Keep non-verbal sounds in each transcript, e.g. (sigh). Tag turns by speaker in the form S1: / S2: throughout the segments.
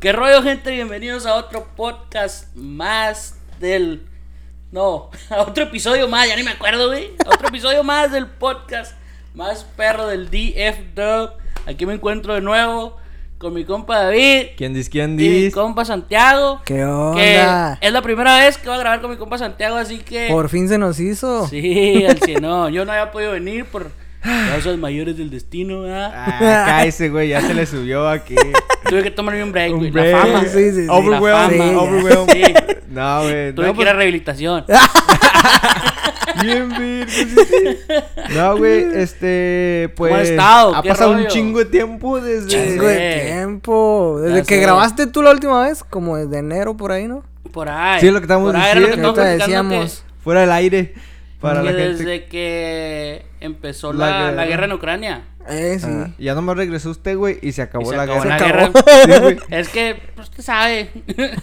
S1: ¿Qué rollo, gente? Bienvenidos a otro podcast más del. No, (laughs) a otro episodio más, ya ni me acuerdo, güey. A otro episodio más del podcast más perro del DF Dub. Aquí me encuentro de nuevo con mi compa David
S2: ¿Quién dice quién
S1: y mi
S2: dice?
S1: compa Santiago.
S3: ¿Qué
S1: que
S3: onda?
S1: es la primera vez que voy a grabar con mi compa Santiago, así que.
S3: Por fin se nos hizo.
S1: Sí, al que no. Yo no había podido venir por causas mayores del destino, ¿verdad?
S2: Ah, cállese, güey, ya se le
S1: (laughs)
S2: subió aquí.
S1: Tuve que tomarme un break, güey.
S2: Un
S1: La
S2: break.
S1: fama.
S3: Sí, sí, sí.
S2: Overwhelmed,
S3: La fama.
S2: overwhelmed.
S1: Sí.
S2: No, güey.
S1: Tuve
S2: No,
S1: que ir a rehabilitación.
S2: pues, bien, bien, sí, sí. No, güey,
S1: (laughs)
S2: este, pues.
S1: ¿Cómo has estado?
S2: Ha
S1: ¿Qué
S2: pasado
S1: rollo?
S2: un chingo de tiempo desde.
S3: Chingo de
S1: Sí.
S3: tiempo. Desde
S1: Ya
S3: que
S1: sé.
S3: grabaste tú la última vez, como desde enero por ahí, ¿no?
S1: Por ahí.
S2: Sí, lo que estamos
S1: por ahí era lo que
S2: diciendo.
S1: estamos
S3: Ahorita
S1: platicando
S3: decíamos.
S2: Fuera del aire. Para
S1: que,
S2: la
S1: que
S2: gente.
S1: desde que empezó
S2: La
S1: la, la guerra.
S2: guerra.
S1: en Ucrania.
S3: Eh, sí.
S2: Ah, ya nomás regresó usted, güey, y se
S1: y
S2: acabó
S1: se
S2: la
S1: acabó
S2: guerra.
S1: la
S3: Se
S1: guerra. (laughs)
S3: acabó.
S2: Sí, güey.
S1: Es que, pues usted
S2: (laughs)
S1: sabe.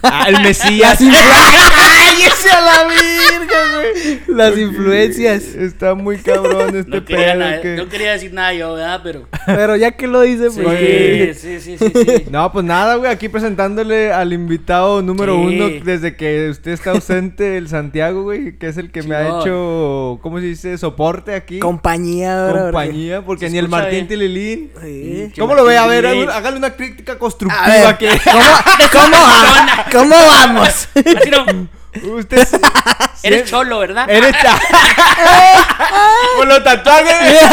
S2: Ah, el Mesías. ¡Cállese a la virga, güey!
S1: (laughs)
S3: Las influencias.
S2: Está muy cabrón este
S1: no, quería
S2: pedo
S1: nada-
S2: que-
S1: no quería decir nada yo, ¿verdad?
S2: (laughs)
S1: Pero.
S3: Pero ya que lo dice,
S1: Sí,
S3: pues.
S2: que-
S1: sí, sí, sí. sí.
S2: (laughs) No, pues nada, güey, aquí presentándole al invitado número
S1: Sí.
S2: uno desde que usted está ausente, el Santiago, güey, que es el que me ha
S1: Chingón.
S2: hecho, ¿cómo se dice? Soporte aquí.
S3: Compañía, bro, porque-
S2: compañía, porque
S1: Se
S2: ni el
S1: escucha
S2: Martín
S1: bien.
S2: Tililín.
S3: Sí.
S2: ¿Cómo lo ve? A ver,
S1: Tililín.
S2: há- hágale una crítica
S3: A
S2: constructiva
S3: ver,
S2: aquí. (laughs)
S3: ¿cómo, cómo, va- ¿cómo vamos? (laughs)
S1: Así no.
S2: Usted es-
S1: Eres cholo, ¿verdad?
S2: (laughs) eres ta- Con los tatuajes.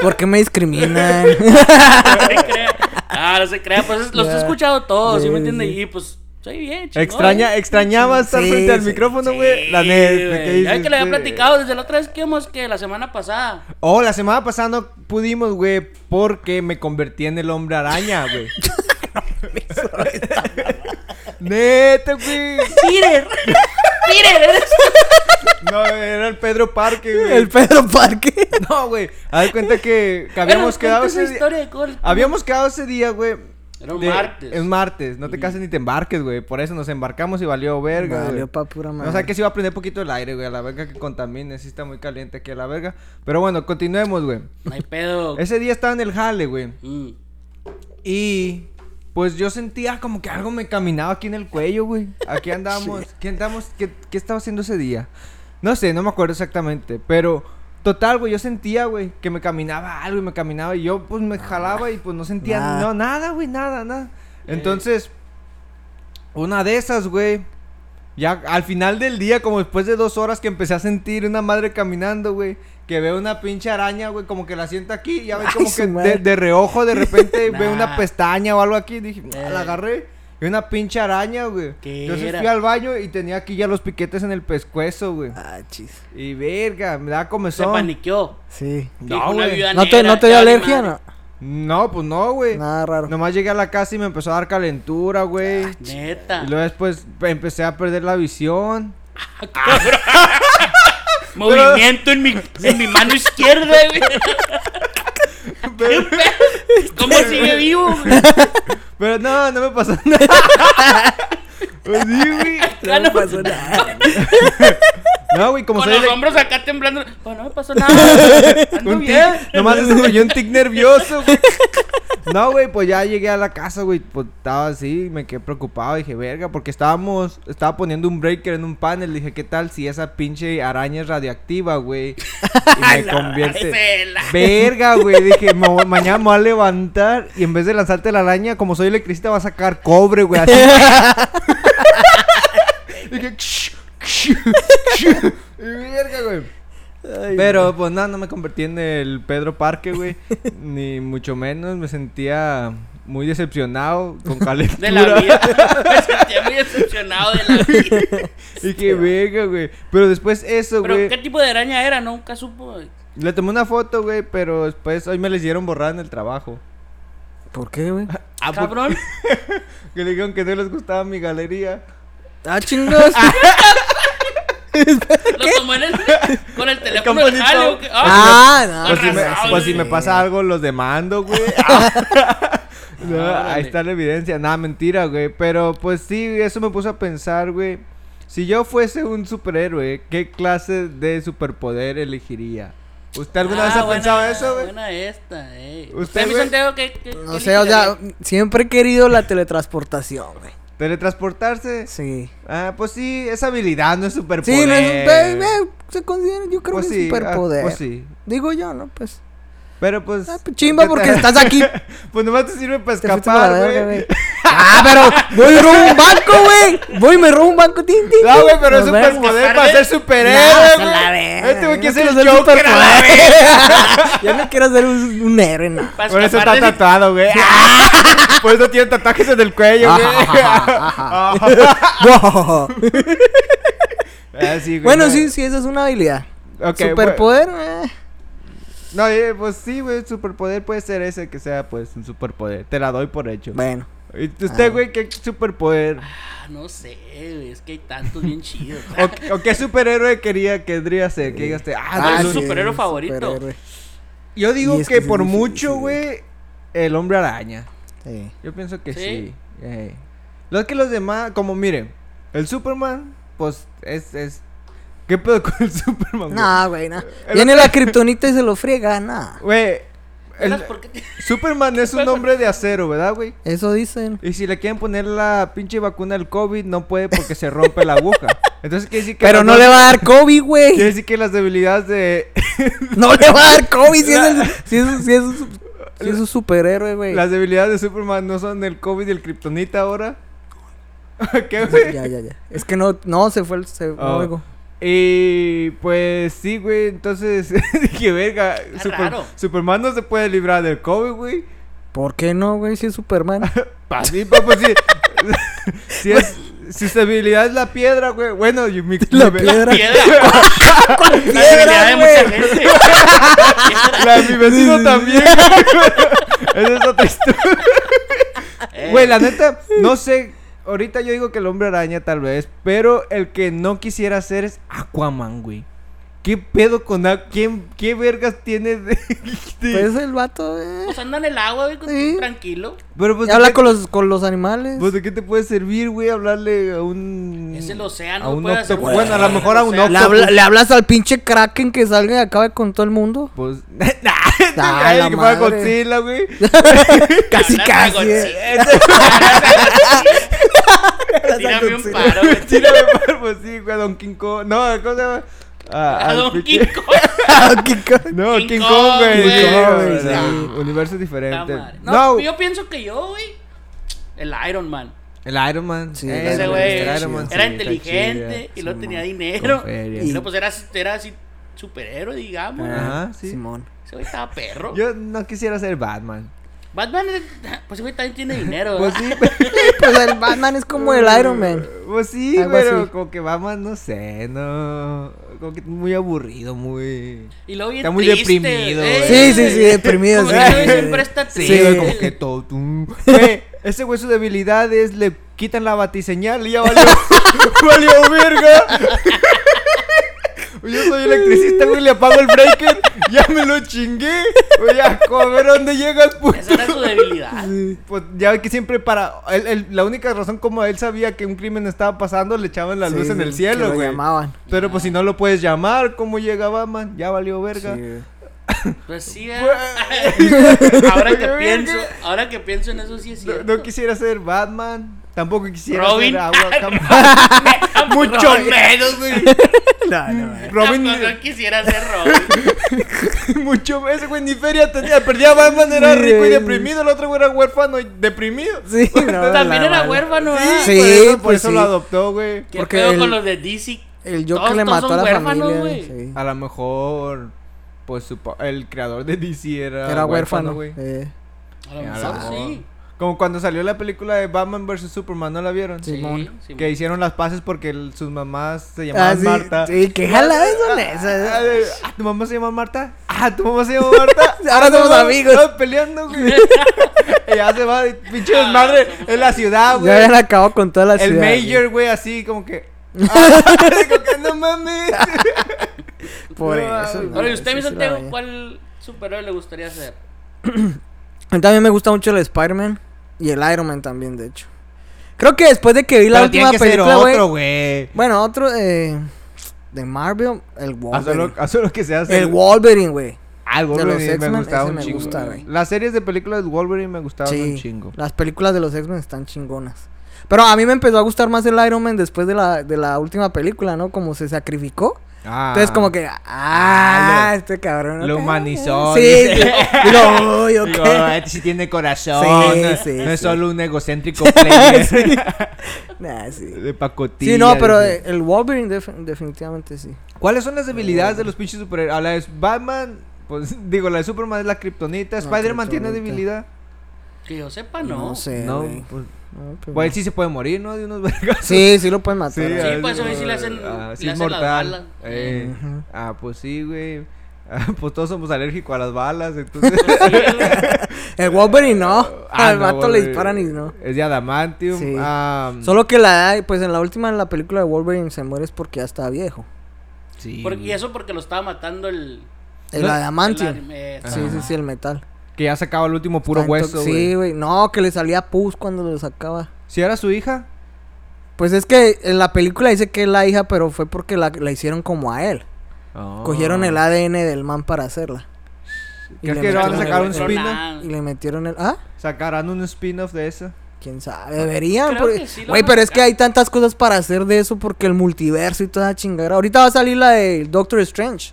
S3: ¿Por qué
S2: (laughs)
S3: me discriminan?
S1: (laughs) No se crea. Ah, no se crea. Pues es- los he escuchado todos, ¿sí me entiende? Y pues, soy bien, chingón.
S2: Extraña, extrañaba estar
S3: Sí,
S2: frente al
S3: sí.
S2: micrófono,
S1: Sí,
S2: güey. La neta, ¿qué
S1: güey. Ya
S2: dice
S1: que le había
S2: usted?
S1: platicado desde la otra vez que íbamos que la semana pasada.
S2: Oh, la semana pasada no pudimos, güey, porque me convertí en el hombre araña,
S3: (laughs)
S2: güey. Neta, güey.
S1: ¡Peter! ¡Peter! eres-
S2: No, era el Pedro Parque, güey.
S3: El Pedro Parque.
S2: No, güey. Haz de cuenta que, que
S1: Bueno,
S2: habíamos
S1: cuenta
S2: quedado
S1: esa
S2: ese día. Ah,
S1: historia de col-
S2: Habíamos quedado ese día, güey.
S1: Era un
S2: de-
S1: martes.
S2: Es martes. No te cases ni te embarques, güey. Por eso nos embarcamos y valió verga. güey.
S3: Valió pa' pura madre.
S2: O sea que sí va a prender poquito el aire, güey. A la verga que contamine. Sí está muy caliente aquí a la verga. Pero bueno, continuemos, güey.
S1: No hay pedo.
S2: Ese día estaba en el jale, güey.
S1: Mm.
S2: Y pues yo sentía como que algo me caminaba aquí en el cuello, güey.
S3: (laughs)
S2: Aquí andamos. ¿Qué andamos? ¿Qué, qué estaba haciendo ese día? No sé, no me acuerdo exactamente. Pero total, güey, yo sentía, güey, que me caminaba algo y me caminaba. Y yo pues me jalaba y pues no sentía
S3: Ah, Nada. Eh.
S2: no, nada, güey, nada, nada. Entonces, una de esas, güey. Ya al final del día, como después de dos horas que empecé a sentir una madre caminando, güey. Que veo una pinche araña, güey, como que la siento aquí. Ya ve
S3: Ay,
S2: como
S3: su
S2: que de,
S3: madre.
S2: de reojo,
S1: (laughs)
S2: de repente veo una
S1: Nah.
S2: pestaña o algo aquí. Dije, "Ah, la
S1: Eh.
S2: agarré. Y una pinche araña, güey.
S1: ¿Qué
S2: Entonces
S1: era?
S2: fui al baño y tenía aquí ya los piquetes en el pescuezo, güey.
S3: Ah, chis.
S2: Y verga, me da
S1: Se
S2: comezón.
S1: paniqueó.
S3: Sí.
S2: No,
S1: Dijo una
S2: güey.
S1: viuda
S3: ¿No te,
S1: negra,
S3: ¿no te dio
S1: vale
S3: alergia?
S1: madre.
S3: No.
S2: No, pues no, güey.
S3: Nada raro.
S2: Nomás llegué a la casa y me empezó a dar calentura,
S1: Ah,
S2: güey.
S1: Neta.
S2: Y luego después empecé a perder la visión.
S1: Ah,
S2: (laughs)
S1: Movimiento en mi, en mi mano izquierda, güey. ¿Qué pedo? ¿Cómo sigue vivo?
S2: (laughs)
S1: güey?
S2: Pero no, no me pasó (laughs) nada.
S1: (laughs)
S2: Pues sí, güey.
S1: Ya
S3: No
S1: Ah, no-
S3: pasó nada.
S2: No, güey, como
S1: con
S2: soy
S1: los
S2: ele-
S1: hombros acá temblando. Pues no me
S2: (laughs)
S1: pasó nada. Ando
S2: un tic-
S1: bien.
S2: Nomás eso me dio un tic nervioso, güey. No, güey, pues ya llegué a la casa, güey. Pues estaba así, me quedé preocupado. Dije, verga, porque estábamos, estaba poniendo un breaker en un panel. Dije, ¿qué tal si esa pinche araña es radioactiva, güey?
S1: (laughs)
S2: Y me convierte.
S1: Ay, vela.
S2: Verga, güey. Dije, "Me voy- mañana me voy a levantar. Y en vez de lanzarte la araña, como soy electricista, va a sacar cobre, güey. Así. (laughs) dije, "Ksh, ksh, ksh". Y verga, güey.
S3: Ay,
S2: Pero pues nada, no me convertí en el Pedro
S1: (laughs)
S2: Parque, güey. ni mucho menos. Me sentía muy decepcionado,
S1: (laughs)
S2: con calentura.
S1: De la vida. (laughs) Me sentía muy decepcionado de la vida.
S2: (laughs) y que venga, güey. Pero después eso,
S1: Pero
S2: güey.
S1: ¿qué tipo de araña era? Nunca supo.
S2: Le tomé una foto, güey, pero después hoy me les dieron borrada en el trabajo.
S3: ¿Por qué,
S2: (laughs)
S3: güey?
S2: Ah, por-
S1: Cabrón.
S2: Que le dijeron que no les gustaba mi galería.
S3: Ah, chingos.
S1: Lo tomó en
S2: (laughs)
S1: el, con el teléfono del
S2: campanito.
S1: jale, ¿o qué? Ah,
S3: Ah, no.
S2: Pues si me,
S1: Arrasado,
S2: pues, si
S1: güey.
S2: me pasa algo, los demando,
S3: (laughs)
S2: güey. No,
S1: Órale.
S2: ahí está la evidencia. Nada, mentira, güey. Pero pues sí, eso me puso a pensar, güey. Si yo fuese un superhéroe, ¿qué clase de superpoder elegiría? ¿Usted alguna
S3: Ah,
S2: vez ha
S1: Ah, buena-
S2: pensado eso, güey?
S1: Buena esta, eh.
S2: ¿Usted,
S1: Usted, mi
S2: güey?
S1: Santiago, ¿qué, qué-
S3: O
S1: qué
S3: sea, o sea,
S1: elegiría?
S3: siempre he querido la teletransportación, güey.
S2: Teletransportarse.
S3: Sí.
S2: Ah, pues sí, es habilidad, no es superpoder.
S3: Sí, no es un pe- eh, se considera, yo creo
S2: Pues
S3: que
S2: sí,
S3: es
S2: ah,
S3: superpoder.
S2: pues sí.
S3: Digo yo, ¿no? Pues.
S2: Pero pues.
S3: Ah, pues chimba,
S2: ¿qué (laughs)
S3: porque
S2: te-
S3: estás aquí.
S2: pues nomás te sirve para
S3: Te fuiste a la
S2: escapar,
S3: verga, güey.
S2: güey.
S3: Ah, pero voy y robo un banco, güey. Voy y me robo un banco, tin, tin,
S2: No,
S3: tin.
S2: güey, pero es
S3: Nos vemos.
S2: superpoder
S1: Escapar
S2: para
S1: de-
S2: ser superhéroe,
S3: No, a la verga,
S2: Este güey quiere
S3: yo
S2: ser
S3: no quiero
S2: el
S3: ser
S2: Joker, a la
S3: superpoder.
S2: verga.
S3: Yo no quiero ser un, un héroe, no. (laughs)
S1: Para
S2: Por eso
S1: escapar
S2: está
S1: de ese-
S2: tatuado, güey. Ah. Por eso tiene tatuajes en el cuello, güey.
S3: No.
S2: Ah, sí, güey,
S3: bueno,
S2: no.
S3: sí, sí, esa es una habilidad.
S2: Ok,
S3: superpoder, eh.
S2: bueno. No, eh, pues sí, güey, superpoder puede ser ese que sea, pues, un superpoder. Te la doy por hecho.
S3: Bueno. Ah.
S2: ¿Y tú- usted, güey, qué superpoder?
S1: Ah, (laughs) No sé, güey, es que hay tantos bien chidos.
S2: (laughs) ¿O, qué- o qué superhéroe quería, querría ser? Que digas, ah,
S1: Ah,
S2: no,
S1: su- superhéroe favorito.
S3: superhéroe,
S2: yo digo
S3: y es
S2: que,
S3: que sí,
S2: por
S3: sí, sí,
S2: mucho,
S3: sí.
S2: güey, el hombre araña.
S3: sí.
S2: Yo pienso que sí.
S1: ¿Sí?
S2: eh. Lo que los demás, como miren, el Superman, pues es, es... ¿Qué pedo con el (laughs) Superman? güey?
S3: No, güey, no. Viene la kriptonita y se lo friega, nada.
S2: Güey, el-
S1: ¿Sabes por qué?
S2: Superman es un hombre de acero, ¿verdad, güey?
S3: Eso dicen.
S2: Y si le quieren poner la pinche vacuna del COVID, no puede porque se rompe la aguja. Entonces quiere decir que...
S3: Pero
S2: las
S3: no
S2: dos-
S3: le va a dar COVID,
S2: Quiere
S3: güey.
S2: decir que las debilidades de...
S3: (laughs) No le va a dar COVID si es, el- si es, si es, un su- si es un superhéroe, güey.
S2: las debilidades de Superman no son el COVID y el Kryptonita ahora. (laughs) ¿Qué, güey?
S3: Ya, ya, ya. Es que no, no, se fue el... Se, no
S2: Oh.
S3: oigo.
S2: Y pues sí, güey, entonces (laughs) dije, verga,
S1: Está
S2: Super-
S1: raro.
S2: Superman no se puede librar del COVID, güey.
S3: ¿Por qué no, güey? Si es Superman.
S1: Ah.
S2: Pa' (laughs) sí, pa, pues sí. si, es, si su habilidad es la piedra, güey. Bueno, yo, mi,
S3: (laughs) La
S2: mi ve-
S3: piedra.
S1: (laughs) Piedra. La habilidad de mucha
S3: güey.
S1: gente.
S2: (laughs) la de mi vecino también. güey. (laughs) Esa es otra historia.
S1: Eh,
S2: (laughs) Güey, la neta, no sé. Ahorita yo digo que el hombre araña tal vez, pero el que no quisiera hacer es Aquaman, güey. ¿Qué pedo con Aquaman? ¿Quién, ¿Qué vergas tiene de... (laughs) de-
S3: Pues el vato, eh.
S1: Pues anda en el agua, güey, con-
S3: Sí.
S2: (laughs)
S1: tranquilo.
S2: Pero, pues,
S3: Habla
S2: ¿qué-
S3: con los, con los animales.
S2: Pues de qué te puede servir, güey, hablarle a un.
S1: Es el océano,
S2: A un
S1: puede hacer
S2: octopus.
S1: muchas
S2: Bueno, a lo
S1: cosas,
S2: mejor a un
S1: o sea,
S3: Le,
S2: octopus.
S3: habla- le hablas al pinche Kraken que salga y acabe con todo el mundo.
S2: Pues. (laughs) nah, este
S3: Ah,
S2: (laughs) güey,
S3: la
S2: que fue a
S3: madre.
S2: Godzilla, (laughs) güey.
S3: Casi,
S1: Hablas a (laughs)
S2: (laughs)
S3: casi. eh.
S1: Godzilla. Hablas a Tírame un
S3: Godzilla.
S1: paro, güey.
S2: Tírame par, pues sí, güey, a Don King Kong. No, ¿cómo se llama? Ah,
S1: A
S2: al
S1: Don
S2: pinche- (laughs)
S1: King Kong.
S3: Ah, qué co-
S2: No, King,
S1: King
S2: Kong,
S1: Kong,
S2: güey.
S1: güey.
S2: King Kong,
S3: King
S2: güey,
S3: Kong,
S2: sí,
S3: sí.
S2: Universo
S1: Puta
S2: diferente.
S1: madre.
S2: No,
S1: No, yo pienso que yo, güey. El Iron Man.
S2: el Iron Man.
S3: Sí,
S2: eh,
S3: el
S1: Ese
S3: Iron
S1: güey era
S3: Man está
S2: sí,
S3: chido.
S2: está
S1: inteligente
S2: chido.
S1: y luego
S3: Simón.
S1: tenía dinero.
S2: Con feria.
S1: Y luego pues era, era así superhéroe, digamos.
S2: Ajá, Ah, sí.
S3: Simón.
S1: Ese güey estaba perro.
S2: Yo no quisiera ser Batman.
S1: Batman, es- pues ese güey también tiene dinero.
S2: Pues
S1: ¿verdad?
S2: sí,
S3: Pues el Batman es como el Iron Man.
S2: Pues sí,
S3: Algo
S2: pero
S3: así.
S2: como que Batman, no sé, no. Como que muy aburrido, muy.
S1: Y luego bien
S2: Está muy
S1: triste,
S2: deprimido,
S1: güey.
S2: güey.
S3: Sí, sí, sí, deprimido,
S1: Como
S3: sí,
S1: que ese güey
S3: sí, sí.
S1: siempre está
S2: Sí,
S1: triste.
S2: güey, como que todo. tú- Güey, ese güey su debilidad es le quitan la batiseñal y ya valió. (laughs) valió verga. Yo soy electricista, güey, le apago el breaker, ya me lo chingué. Oye, a ver dónde llegas, pues.
S1: Esa era su debilidad.
S2: Pues ya ve que siempre para él- él- la única razón como él sabía que un crimen estaba pasando le echaban la
S3: Sí,
S2: luz en
S3: sí,
S2: el
S3: que
S2: cielo,
S3: lo
S2: güey.
S3: llamaban.
S2: (laughs) Pero pues si no lo puedes llamar, ¿cómo llega Batman? Ya valió verga.
S1: Pues sí, eh.
S2: Güey.
S1: (laughs) ahora que
S2: Güey,
S1: pienso,
S2: güey.
S1: ahora que pienso en eso sí es
S2: No,
S1: cierto.
S2: no quisiera ser Batman, tampoco quisiera
S1: Robin.
S2: ser (laughs) agua.
S1: (laughs) Mucho menos, güey.
S3: No, no,
S2: Robin, (laughs)
S1: Tampoco quisiera ser Robin.
S2: mucho ese güey ni feria tenía, perdía a Batman, era
S3: Sí,
S2: rico y
S3: güey.
S2: deprimido, el otro güey era huérfano y deprimido.
S3: Sí, no,
S1: Pues También
S3: la
S1: era
S3: madre.
S1: huérfano,
S2: Sí,
S1: ¿eh?
S3: Sí,
S2: por eso, por
S3: pues
S2: eso
S3: sí.
S2: lo adoptó, güey.
S1: ¿Qué
S3: Porque
S1: pedo con
S3: el-
S1: los de DC?
S3: El yo que
S1: Todos-
S3: le
S1: todos
S3: mató a
S1: son
S3: la
S1: huérfanos,
S3: familia.
S1: güey.
S3: sí.
S2: A lo mejor pues su pa- el creador de DC era
S3: Era huérfano.
S2: güey.
S3: eh.
S1: A lo
S2: A lo
S1: mejor
S2: mejor.
S1: sí.
S2: Como cuando salió la película de Batman vs Superman, ¿no la vieron?
S1: Sí,
S3: Simón.
S1: sí.
S2: Que hicieron las paces porque el- sus mamás se
S3: Ah,
S2: llamaban
S3: sí,
S2: Marta.
S3: sí, que
S2: (laughs)
S3: jala eso,
S2: Ah,
S3: esa.
S2: de- ah, ¿Tu mamá se llama Marta? Ah, ¿tu mamá se
S3: (laughs)
S2: llama Marta?
S3: Ahora
S2: Ah,
S3: somos
S2: no,
S3: amigos.
S2: no, peleando,
S3: (laughs)
S2: güey. Y ya se va, de- pinche desmadre. En la ciudad,
S3: Ya
S2: güey.
S3: habían acabado con toda la
S2: el
S3: ciudad. güey.
S2: mayor, güey, así como
S3: (laughs)
S2: que. ah, (laughs) como que no mames.
S3: Por
S2: No,
S3: eso.
S2: güey.
S3: no,
S1: Ahora, ¿y
S3: sí,
S1: usted, mi
S3: sí la
S1: Santiago,
S3: veía.
S1: cuál superhéroe le gustaría ser?
S3: A mí También me gusta mucho el Spider-Man y el Iron Man también, de hecho. Creo que después de que vi la
S2: Pero
S3: última
S2: tiene que ser
S3: película, güey.
S2: otro, güey.
S3: Bueno, otro eh de Marvel,
S2: Haz
S3: el
S2: lo,
S3: Wolverine.
S2: haz lo que se hace.
S3: El Wolverine, güey.
S2: Ah, el
S3: de los
S2: Wolverine me
S3: X-Men,
S2: gustaba
S3: ese
S2: un
S3: me
S2: chingo.
S3: gusta, güey.
S2: Las series de películas de Wolverine me gustaban un
S3: Sí,
S2: chingo.
S3: las películas de los X-Men están chingonas. Pero a mí me empezó a gustar más el Iron Man después de la, de la última película, ¿no? Como se sacrificó.
S2: Ah.
S3: Entonces, como que, ah,
S2: Ah, lo-
S3: este cabrón.
S2: lo
S3: acá,
S2: humanizó,
S3: Sí,
S2: dice.
S3: sí. Y
S2: (laughs)
S3: lo, uy, ok.
S2: Digo, "Ah, este sí tiene corazón.
S3: Sí,
S2: no
S3: sí,
S2: no es
S3: sí.
S2: solo un egocéntrico
S3: (laughs)
S2: player
S3: (laughs) Nah, sí.
S2: de pacotilla.
S3: Sí, no, pero
S2: dice.
S3: eh, el Wolverine defi- definitivamente sí.
S2: ¿Cuáles son las debilidades de los pinches superhéroes? Ah, La de Batman, pues (laughs) digo, la de Superman es la kriptonita.
S3: La
S2: Spider-Man tiene
S3: kriptonita.
S2: debilidad.
S1: Que yo sepa,
S3: No,
S1: no.
S3: sé,
S2: no,
S3: güey.
S2: pues,
S3: No, pero-
S2: pues él sí se puede morir, ¿no? De unos vergas.
S3: Sí, sí lo pueden matar.
S2: Sí,
S3: güey.
S2: a
S1: pues,
S2: veces,
S1: ahí sí le
S2: (laughs)
S1: hacen-
S2: ah,
S1: le
S2: sí es
S1: hacen las
S2: mortal.
S1: balas.
S2: Eh,
S3: Ujú.
S2: Ah, pues sí, güey. (laughs) Ah, pues todos somos alérgicos a las balas, entonces.
S3: (laughs) El Wolverine (laughs) no.
S2: Ah,
S3: (laughs) Al
S2: no,
S3: vato
S2: güey.
S3: le disparan y no.
S2: Es de adamantium.
S3: Sí.
S2: ah,
S3: Solo que la pues en la última en la película de Wolverine se muere es porque ya está viejo.
S2: sí,
S1: Por-
S2: güey.
S1: y eso porque lo estaba matando el.
S3: El
S2: No,
S3: adamantium.
S1: el- eh,
S3: Sí, sí, sí, el metal.
S2: Que ya sacaba el último puro
S3: Tanto-
S2: hueso, güey.
S3: Sí, güey. No, que le salía pus cuando lo sacaba.
S2: Si era su hija,
S3: Pues es que en la película dice que es la hija, pero fue porque la, la hicieron como a él. Cogieron el
S2: Ah.
S3: ADN del man para hacerla. Y
S2: ¿Crees
S3: le
S2: que van a
S3: metieron
S2: sacar
S3: el-
S2: un
S3: el-
S2: spin-off?
S3: Y le metieron el... ¿Ah?
S2: ¿Sacarán un spin-off de eso?
S3: ¿Quién sabe? Deberían.
S1: Creo
S3: porque-
S1: que sí lo
S3: Güey,
S1: van a
S3: pero es que
S1: sacar.
S3: hay tantas cosas para hacer de eso porque el multiverso y toda esa chingadera. Ahorita va a salir la de Doctor Strange.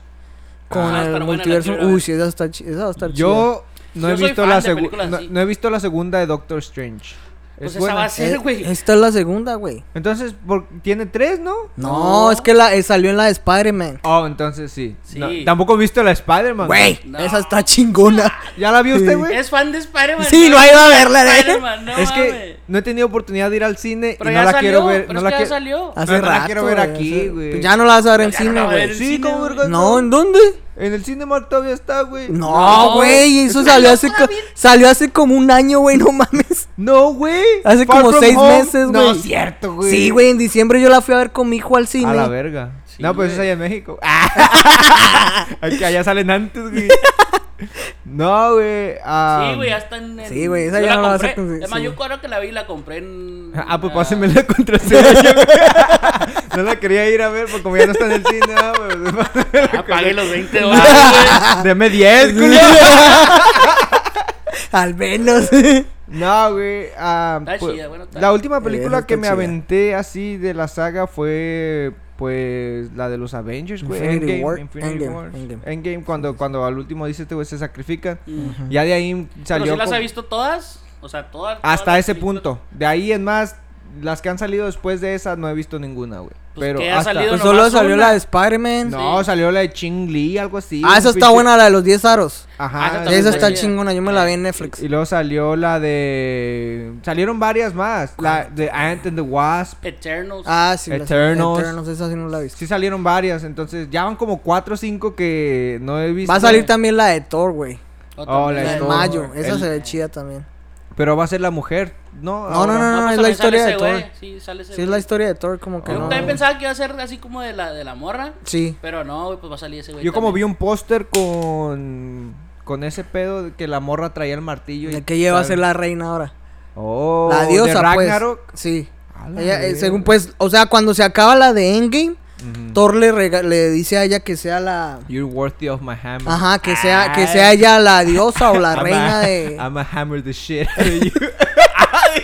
S3: Con
S1: Ah, va a estar buena
S3: el
S1: la
S3: multiverso.
S1: quiero ver.
S3: Uy, sí, esa, está chi- esa va a estar
S2: Yo no
S1: Yo
S2: he
S1: soy
S2: visto
S1: fan
S2: la
S1: de
S2: segunda.
S1: películas
S2: No,
S1: así.
S2: no he visto la segunda de Doctor Strange.
S1: Pues
S2: Es
S1: esa
S2: buena.
S1: va a ser,
S3: chida.
S1: güey.
S3: Eh, Esta es la segunda, güey.
S2: Entonces, por- tiene tres, ¿no?
S3: No, es que la, eh, salió en la de Spider-Man.
S2: Oh, entonces sí.
S1: Sí.
S2: No, tampoco he visto la de Spider-Man.
S3: Güey,
S1: No.
S3: esa está chingona.
S2: ¿Ya la vio usted,
S3: Sí.
S2: güey?
S1: Es fan de Spider-Man.
S3: Sí, no ha ido a verla, ¿eh?
S1: Spider-Man, no
S2: es que
S1: mames.
S2: no he tenido oportunidad de ir al cine
S1: Pero
S2: y
S1: ya
S2: no la
S1: salió,
S2: quiero ver.
S1: pero
S2: No
S1: es
S2: la
S1: que
S2: quiero-
S1: ya salió.
S3: Hace
S2: no
S3: rato.
S2: la quiero ver
S3: güey,
S2: aquí,
S3: hace-
S2: güey.
S3: Pues Ya no la vas a ver en
S1: no la
S3: cine,
S1: voy a ver
S3: güey.
S1: en
S2: Sí,
S1: cine,
S2: ¿cómo
S1: güey.
S2: vergas
S3: No, ¿en dónde?
S2: En el Cinemark todavía está, güey.
S1: No.
S3: No, güey, eso salió hace, co- salió hace como un año, güey, no mames.
S2: No, güey.
S3: Hace
S2: Far
S3: como
S2: From
S3: seis
S2: Home.
S3: meses, güey.
S2: No, es cierto, güey.
S3: Sí, güey, en diciembre yo la fui a ver con mi hijo al cine.
S2: A la verga.
S1: Sí,
S2: no, pues eso es
S1: güey.
S2: allá en (laughs) México. Ah. Aquí, allá salen antes, (laughs) güey. No, güey. ah,
S1: Sí, güey, ya está en. en-
S3: Sí, güey, esa
S1: yo la
S3: ya no la vas a
S1: compré.
S3: conseguir,
S1: Es más,
S3: sí.
S1: yo creo que la vi y la compré en.
S2: Ah, pues
S1: ah, (laughs)
S2: pásenme la contraseña. güey. (laughs) no la quería ir a ver, porque como ya no está en el cine, ah, pues,
S1: Ah, pagué los 20
S2: (laughs)
S1: dólares,
S2: Deme 10, güey.
S3: Al menos. (laughs) Pues
S2: No, güey. ah,
S1: Está
S2: pues,
S1: chida, bueno, está-
S2: la última
S3: Esa
S2: película
S3: Eh, está
S2: que me
S3: chida.
S2: aventé así de la saga fue pues la de los Avengers, güey.
S3: Infinity
S2: Endgame,
S3: War-
S2: Infinity
S3: Endgame,
S2: War.
S3: Endgame.
S2: Endgame, cuando, cuando al último dice este güey se sacrifican.
S1: güey.
S2: Ya de ahí
S1: Pero
S2: salió
S1: si las
S2: como-
S1: ha visto todas. O sea, todas. todas
S2: hasta
S1: las
S2: ese
S1: películas.
S2: punto. De ahí en más, las que han salido después de esa no he visto ninguna, güey.
S1: Pues,
S2: Pero
S1: ¿qué ha
S2: hasta-
S1: salido?
S3: Pues
S1: nomás
S3: solo salió
S1: una.
S3: la de Spider-Man.
S2: No,
S1: Sí.
S2: salió la de Ching Lee, algo así.
S3: Ah,
S2: un
S3: esa está
S2: pinche-
S3: buena, la de los 10 aros.
S2: Ajá.
S1: Ah, esa
S3: Esa
S1: está
S3: está
S1: chida.
S3: chingona, yo me la vi en Netflix.
S2: Y luego salió la de. Salieron varias más. La de Ant and the Wasp.
S1: Eternals.
S3: Ah, sí. la-
S2: Eternals.
S3: Eternals, esa sí no la he visto.
S2: Sí salieron varias. Entonces ya van como 4 o 5 que no he visto.
S3: Va a salir también la de Thor, güey.
S1: Otra
S2: oh,
S1: vez.
S3: La de
S2: Thor.
S3: mayo. Esa
S2: El-
S3: se ve chida también.
S2: Pero va a ser la mujer. No,
S3: No, no, no,
S1: No,
S3: no,
S1: pues
S3: es la
S1: también sale
S3: historia de
S1: ese güey,
S3: Thor.
S1: Sí, sale ese
S3: Sí, es la
S1: güey.
S3: historia de Thor, como que
S1: Yo
S3: no.
S1: también pensaba que iba a ser así como de la, de la morra.
S3: Sí.
S1: Pero no, güey, pues va a salir ese güey.
S2: Yo como vi
S1: también.
S2: un póster con. Con ese pedo de que la morra traía el martillo. y
S3: El que lleva a ser la reina ahora.
S2: Oh,
S3: la
S2: de
S3: diosa,
S2: Ragnarok.
S3: pues. Sí.
S2: A la
S3: Ella, eh,
S2: verga. Mm.
S3: según pues, o sea, cuando se acaba la de Endgame,
S2: Ujú.
S3: Thor le, rega- le dice a ella que sea la...
S2: You're worthy of my hammer.
S3: Ajá, que sea, que
S2: Ay.
S3: sea ella la diosa
S2: (laughs)
S3: o la
S2: I'm
S3: reina
S2: a-
S3: de...
S2: I'm a hammer the shit out of you. (laughs)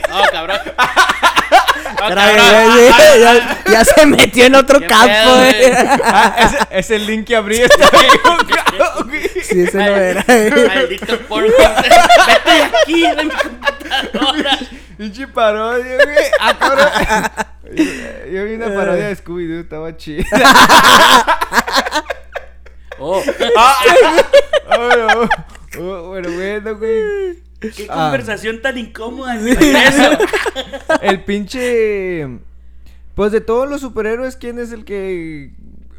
S1: No, cabrón. No,
S3: Espérame,
S1: cabrón.
S3: güey, güey, ya, ya se metió en otro
S1: Qué
S3: campo, eh.
S1: pedo,
S3: güey.
S1: güey.
S2: Ah, ese- ese es el link que abrí. (laughs) Está equivocado, güey.
S3: (laughs) Sí, ese no era. eh.
S1: Maldito porno. (laughs) Vete de aquí, de mi computadora.
S2: Pinche parodia, güey. Ah, cabrón. (laughs) Yo- Yo vi una parodia de Scooby-Doo, estaba chida.
S1: Oh,
S2: Ah, bueno, oh, bueno, bueno, güey.
S1: qué
S2: Ah.
S1: conversación tan incómoda. ni regreso.
S2: (laughs) El pinche. Pues de todos los superhéroes, ¿quién es el que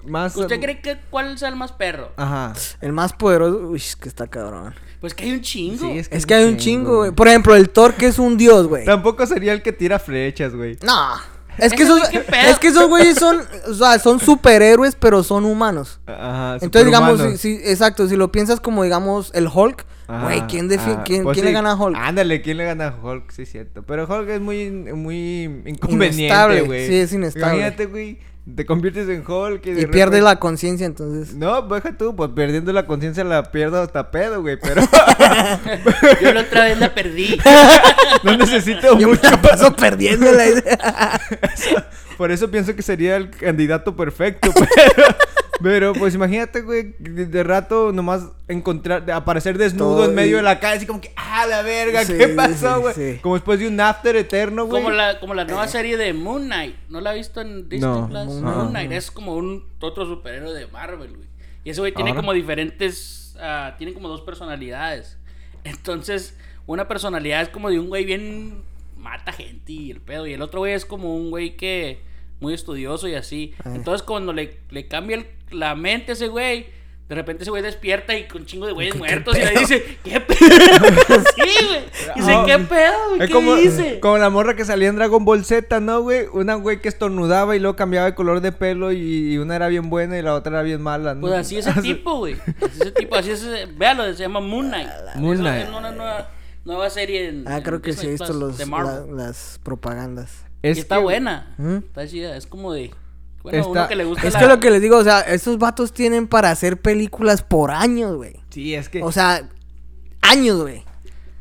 S2: más.
S1: ¿Usted cree que cuál sea el más perro?
S2: Ajá.
S3: El más poderoso... Uy, es que está cabrón.
S1: Pues que hay un chingo.
S2: Sí, es que,
S3: Es que hay un chingo, güey. Por ejemplo, el Thor que es un dios, güey.
S2: Tampoco sería el que tira flechas, güey.
S3: No. Es que,
S1: Ese
S3: esos,
S1: güey, ¿qué pedo?
S3: es que esos güeyes son, o sea, son superhéroes, pero son humanos.
S2: Ajá.
S3: Entonces, digamos,
S2: superhumanos.
S3: si, si- exacto, si lo piensas como, digamos, el Hulk,
S2: Ajá,
S3: güey, ¿quién, defi-
S2: ah,
S3: quién,
S2: pues
S3: quién
S2: sí.
S3: le gana a Hulk?
S2: Ándale, ¿quién le gana a Hulk? Sí, es cierto. Pero Hulk es muy, in- muy inconveniente,
S3: Inestable,
S2: güey.
S3: sí, es inestable.
S2: Imagínate, güey. Te conviertes en Hulk y, de
S3: Y
S2: repente-
S3: pierdes la conciencia,
S2: (laughs)
S3: entonces.
S2: No, pues, deja tú, pues perdiendo la conciencia la pierdo hasta pedo, güey,
S3: (laughs)
S2: pero
S1: Yo la otra vez la perdí.
S2: no necesito
S3: Yo me
S2: mucho.
S3: la paso perdiéndola. dice.
S2: Por eso pienso que sería el candidato perfecto, (laughs) pero, pero, pues imagínate, güey, de, de rato nomás encontrar, de aparecer desnudo
S3: Todo
S2: en medio
S3: y-
S2: de la calle, así como que, ah, la verga,
S3: Sí,
S2: ¿qué
S3: sí,
S2: pasó,
S3: sí,
S2: güey?
S3: sí.
S2: Como después de un after eterno, güey.
S1: Como la, como la nueva serie de Moon Knight. ¿No la has visto en Disney
S2: Eh. No,
S1: Plus?
S2: no.
S1: Moon Knight es como un otro superhéroe de Marvel, güey. Y ese güey tiene
S2: Ahora.
S1: como diferentes. ah, tiene como dos personalidades. Entonces, una personalidad es como de un güey bien. mata gente y el pedo. Y el otro güey es como un güey que. muy estudioso y así.
S2: Eh.
S1: Entonces, cuando le, le cambia el- la mente a ese güey. De repente ese güey despierta y con chingo de güeyes muertos y le dice, ¿qué pedo?
S2: (laughs)
S1: sí, güey. Dice,
S2: Ah,
S1: ¿qué pedo? güey?
S2: Es
S1: ¿Qué
S2: como,
S1: dice?
S2: como la morra que salía en Dragon Ball Z, ¿no, güey? Una güey que estornudaba y luego cambiaba de color de pelo y, y una era bien buena y la otra era bien mala, ¿no?
S1: Pues así es
S2: (laughs)
S1: el tipo, güey. Así es el tipo, así es. ese- Véalo, se llama Moon Knight.
S2: Moon
S1: Es una-
S2: Knight.
S1: es Una nueva, nueva serie en.
S3: (laughs) Ah,
S1: en
S3: creo que sí he
S1: Disney Plus
S3: visto los,
S1: De
S3: la-
S1: Marvel.
S3: las propagandas.
S1: Y
S2: Es
S1: está
S2: que-
S1: buena.
S3: ¿Mm?
S1: Está chida. Es como de. Bueno,
S2: Está-
S1: uno que le gusta.
S3: Es
S1: la-
S3: que lo que les digo, o sea, estos vatos tienen para hacer películas por años, güey.
S2: Sí, es que...
S3: O sea, años, güey.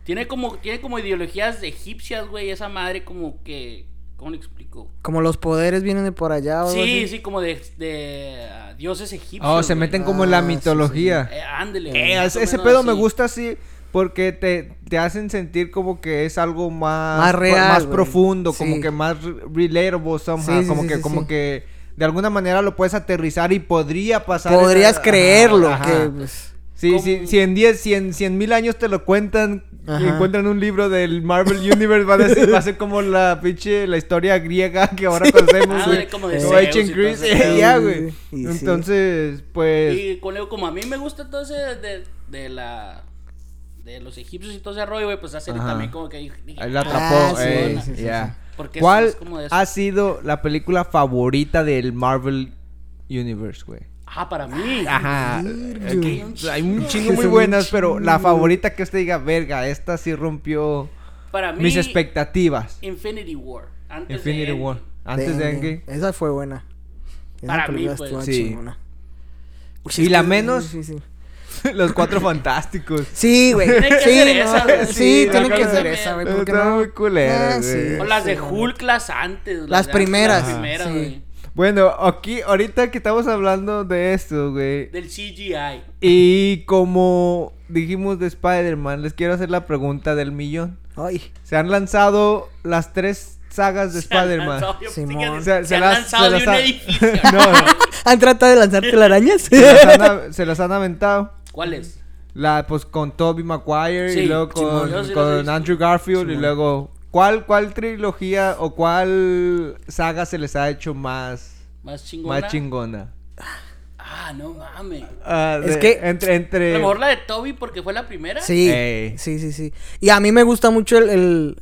S1: Tiene como, tiene como ideologías de egipcias, güey. Esa madre, como que. ¿Cómo le explico?
S3: Como los poderes vienen de por allá o Ah, algo
S1: Sí,
S3: así.
S1: sí, como de, de ah, dioses egipcios.
S2: oh, se
S1: güey.
S2: meten como en la
S3: Ah, sí, sí, sí.
S2: mitología.
S1: Eh, ándele.
S2: Eh,
S1: más o
S2: ese
S1: menos
S2: pedo me
S1: así.
S2: gusta así porque te, te hacen sentir como que es algo más,
S3: Más real,
S2: más
S3: güey.
S2: profundo, como
S3: Sí.
S2: que más re- relatable somehow,
S3: Sí, sí,
S2: como
S3: sí,
S2: que
S3: sí,
S2: como
S3: sí.
S2: que de alguna manera lo puedes aterrizar y podría pasar.
S3: Podrías
S2: esa-
S3: creerlo.
S2: Ajá,
S3: que,
S2: ajá.
S3: pues,
S2: Sí,
S1: Como-
S2: sí, si en 10, si en 100 mil años te lo cuentan y
S3: Ajá.
S2: encuentran un libro
S1: (laughs)
S2: del Marvel Universe, va a, decir- va a ser como la pinche, la historia griega que ahora conocemos.
S1: Ándale,
S2: güey.
S1: como de
S2: Como
S1: Zeus y
S2: Ancient
S1: todo
S2: Greece,
S1: ese
S2: (laughs)
S1: pedo.
S2: ya, güey.
S3: Y sí.
S2: Entonces, pues...
S1: Y con Leo, como a mí me gusta entonces de, de la de los egipcios y todo ese rollo, güey, pues hacer
S2: Ajá.
S1: también como que dije,
S2: Ahí la
S1: "Ah,
S2: atrapó.
S3: sí,
S2: ey,
S3: sí, sí,
S2: ya.
S1: Porque
S2: ¿Cuál
S1: es como de eso.
S2: ha sido la película favorita del Marvel Universe, güey?
S1: Ah, para mí.
S2: Ajá.
S1: Es que hay un
S2: Hay un
S1: chingo.
S2: chingo
S3: Sí,
S2: muy
S3: son
S2: buenas,
S3: un
S2: pero la
S1: Mm.
S3: chingo.
S2: favorita que usted diga, verga, esta sí rompió
S1: Para mí
S2: mis expectativas.
S1: Infinity War. Antes
S2: Infinity
S1: de
S2: War.
S1: Endgame.
S2: Antes de Endgame. (laughs)
S3: Esa fue buena.
S1: Para mí,
S3: película
S1: pues.
S3: estuvo
S2: Sí.
S3: chingona.
S2: Y
S3: es
S2: la
S3: que-
S2: menos-
S3: Sí, sí.
S2: Los cuatro fantásticos.
S3: Sí, güey.
S1: Tiene que
S3: sí,
S1: ser
S3: no,
S1: esa, güey.
S3: Sí,
S2: Sí,
S3: tiene
S2: la
S3: que
S2: cosa
S3: ser
S1: me-
S3: esa, güey. porque
S2: Está
S3: no?
S2: muy culera,
S3: Ah, sí.
S2: güey.
S1: O las de
S3: Sí,
S1: Hulk las antes.
S3: Las
S1: de-
S3: primeras.
S1: Las primeras,
S3: Ajá,
S1: güey.
S3: sí.
S2: Bueno, aquí, ahorita que estamos hablando de esto, güey.
S1: Del CGI.
S2: Y como dijimos de Spider-Man, les quiero hacer la pregunta del millón.
S3: Ay,
S2: Se han lanzado las tres sagas de (laughs) Spider-Man.
S3: Simón.
S1: Se,
S2: Se
S1: han
S2: las-
S1: lanzado
S2: se
S1: de
S2: las
S1: un
S2: ha-
S1: edificio.
S2: (laughs) No, no.
S3: ¿Han tratado de
S2: (laughs)
S3: lanzarte arañas?
S2: Se las han, av- se las han aventado.
S1: ¿Cuál es?
S2: La, pues con Tobey Maguire y
S1: Sí,
S2: luego con,
S1: Simón, yo sí las he
S2: con
S1: visto.
S2: Andrew Garfield y luego... ¿Cuál, ¿Cuál trilogía o cuál saga se les ha hecho más,
S1: Más chingona.
S2: más chingona?
S1: Ah, no mames.
S2: Ah,
S3: Es
S2: de-
S3: que-
S2: Entre...
S1: A
S2: entre...
S1: lo mejor la de Toby porque fue la primera.
S3: Sí,
S2: Ey.
S3: sí, sí, sí. Y a mí me gusta mucho el... el...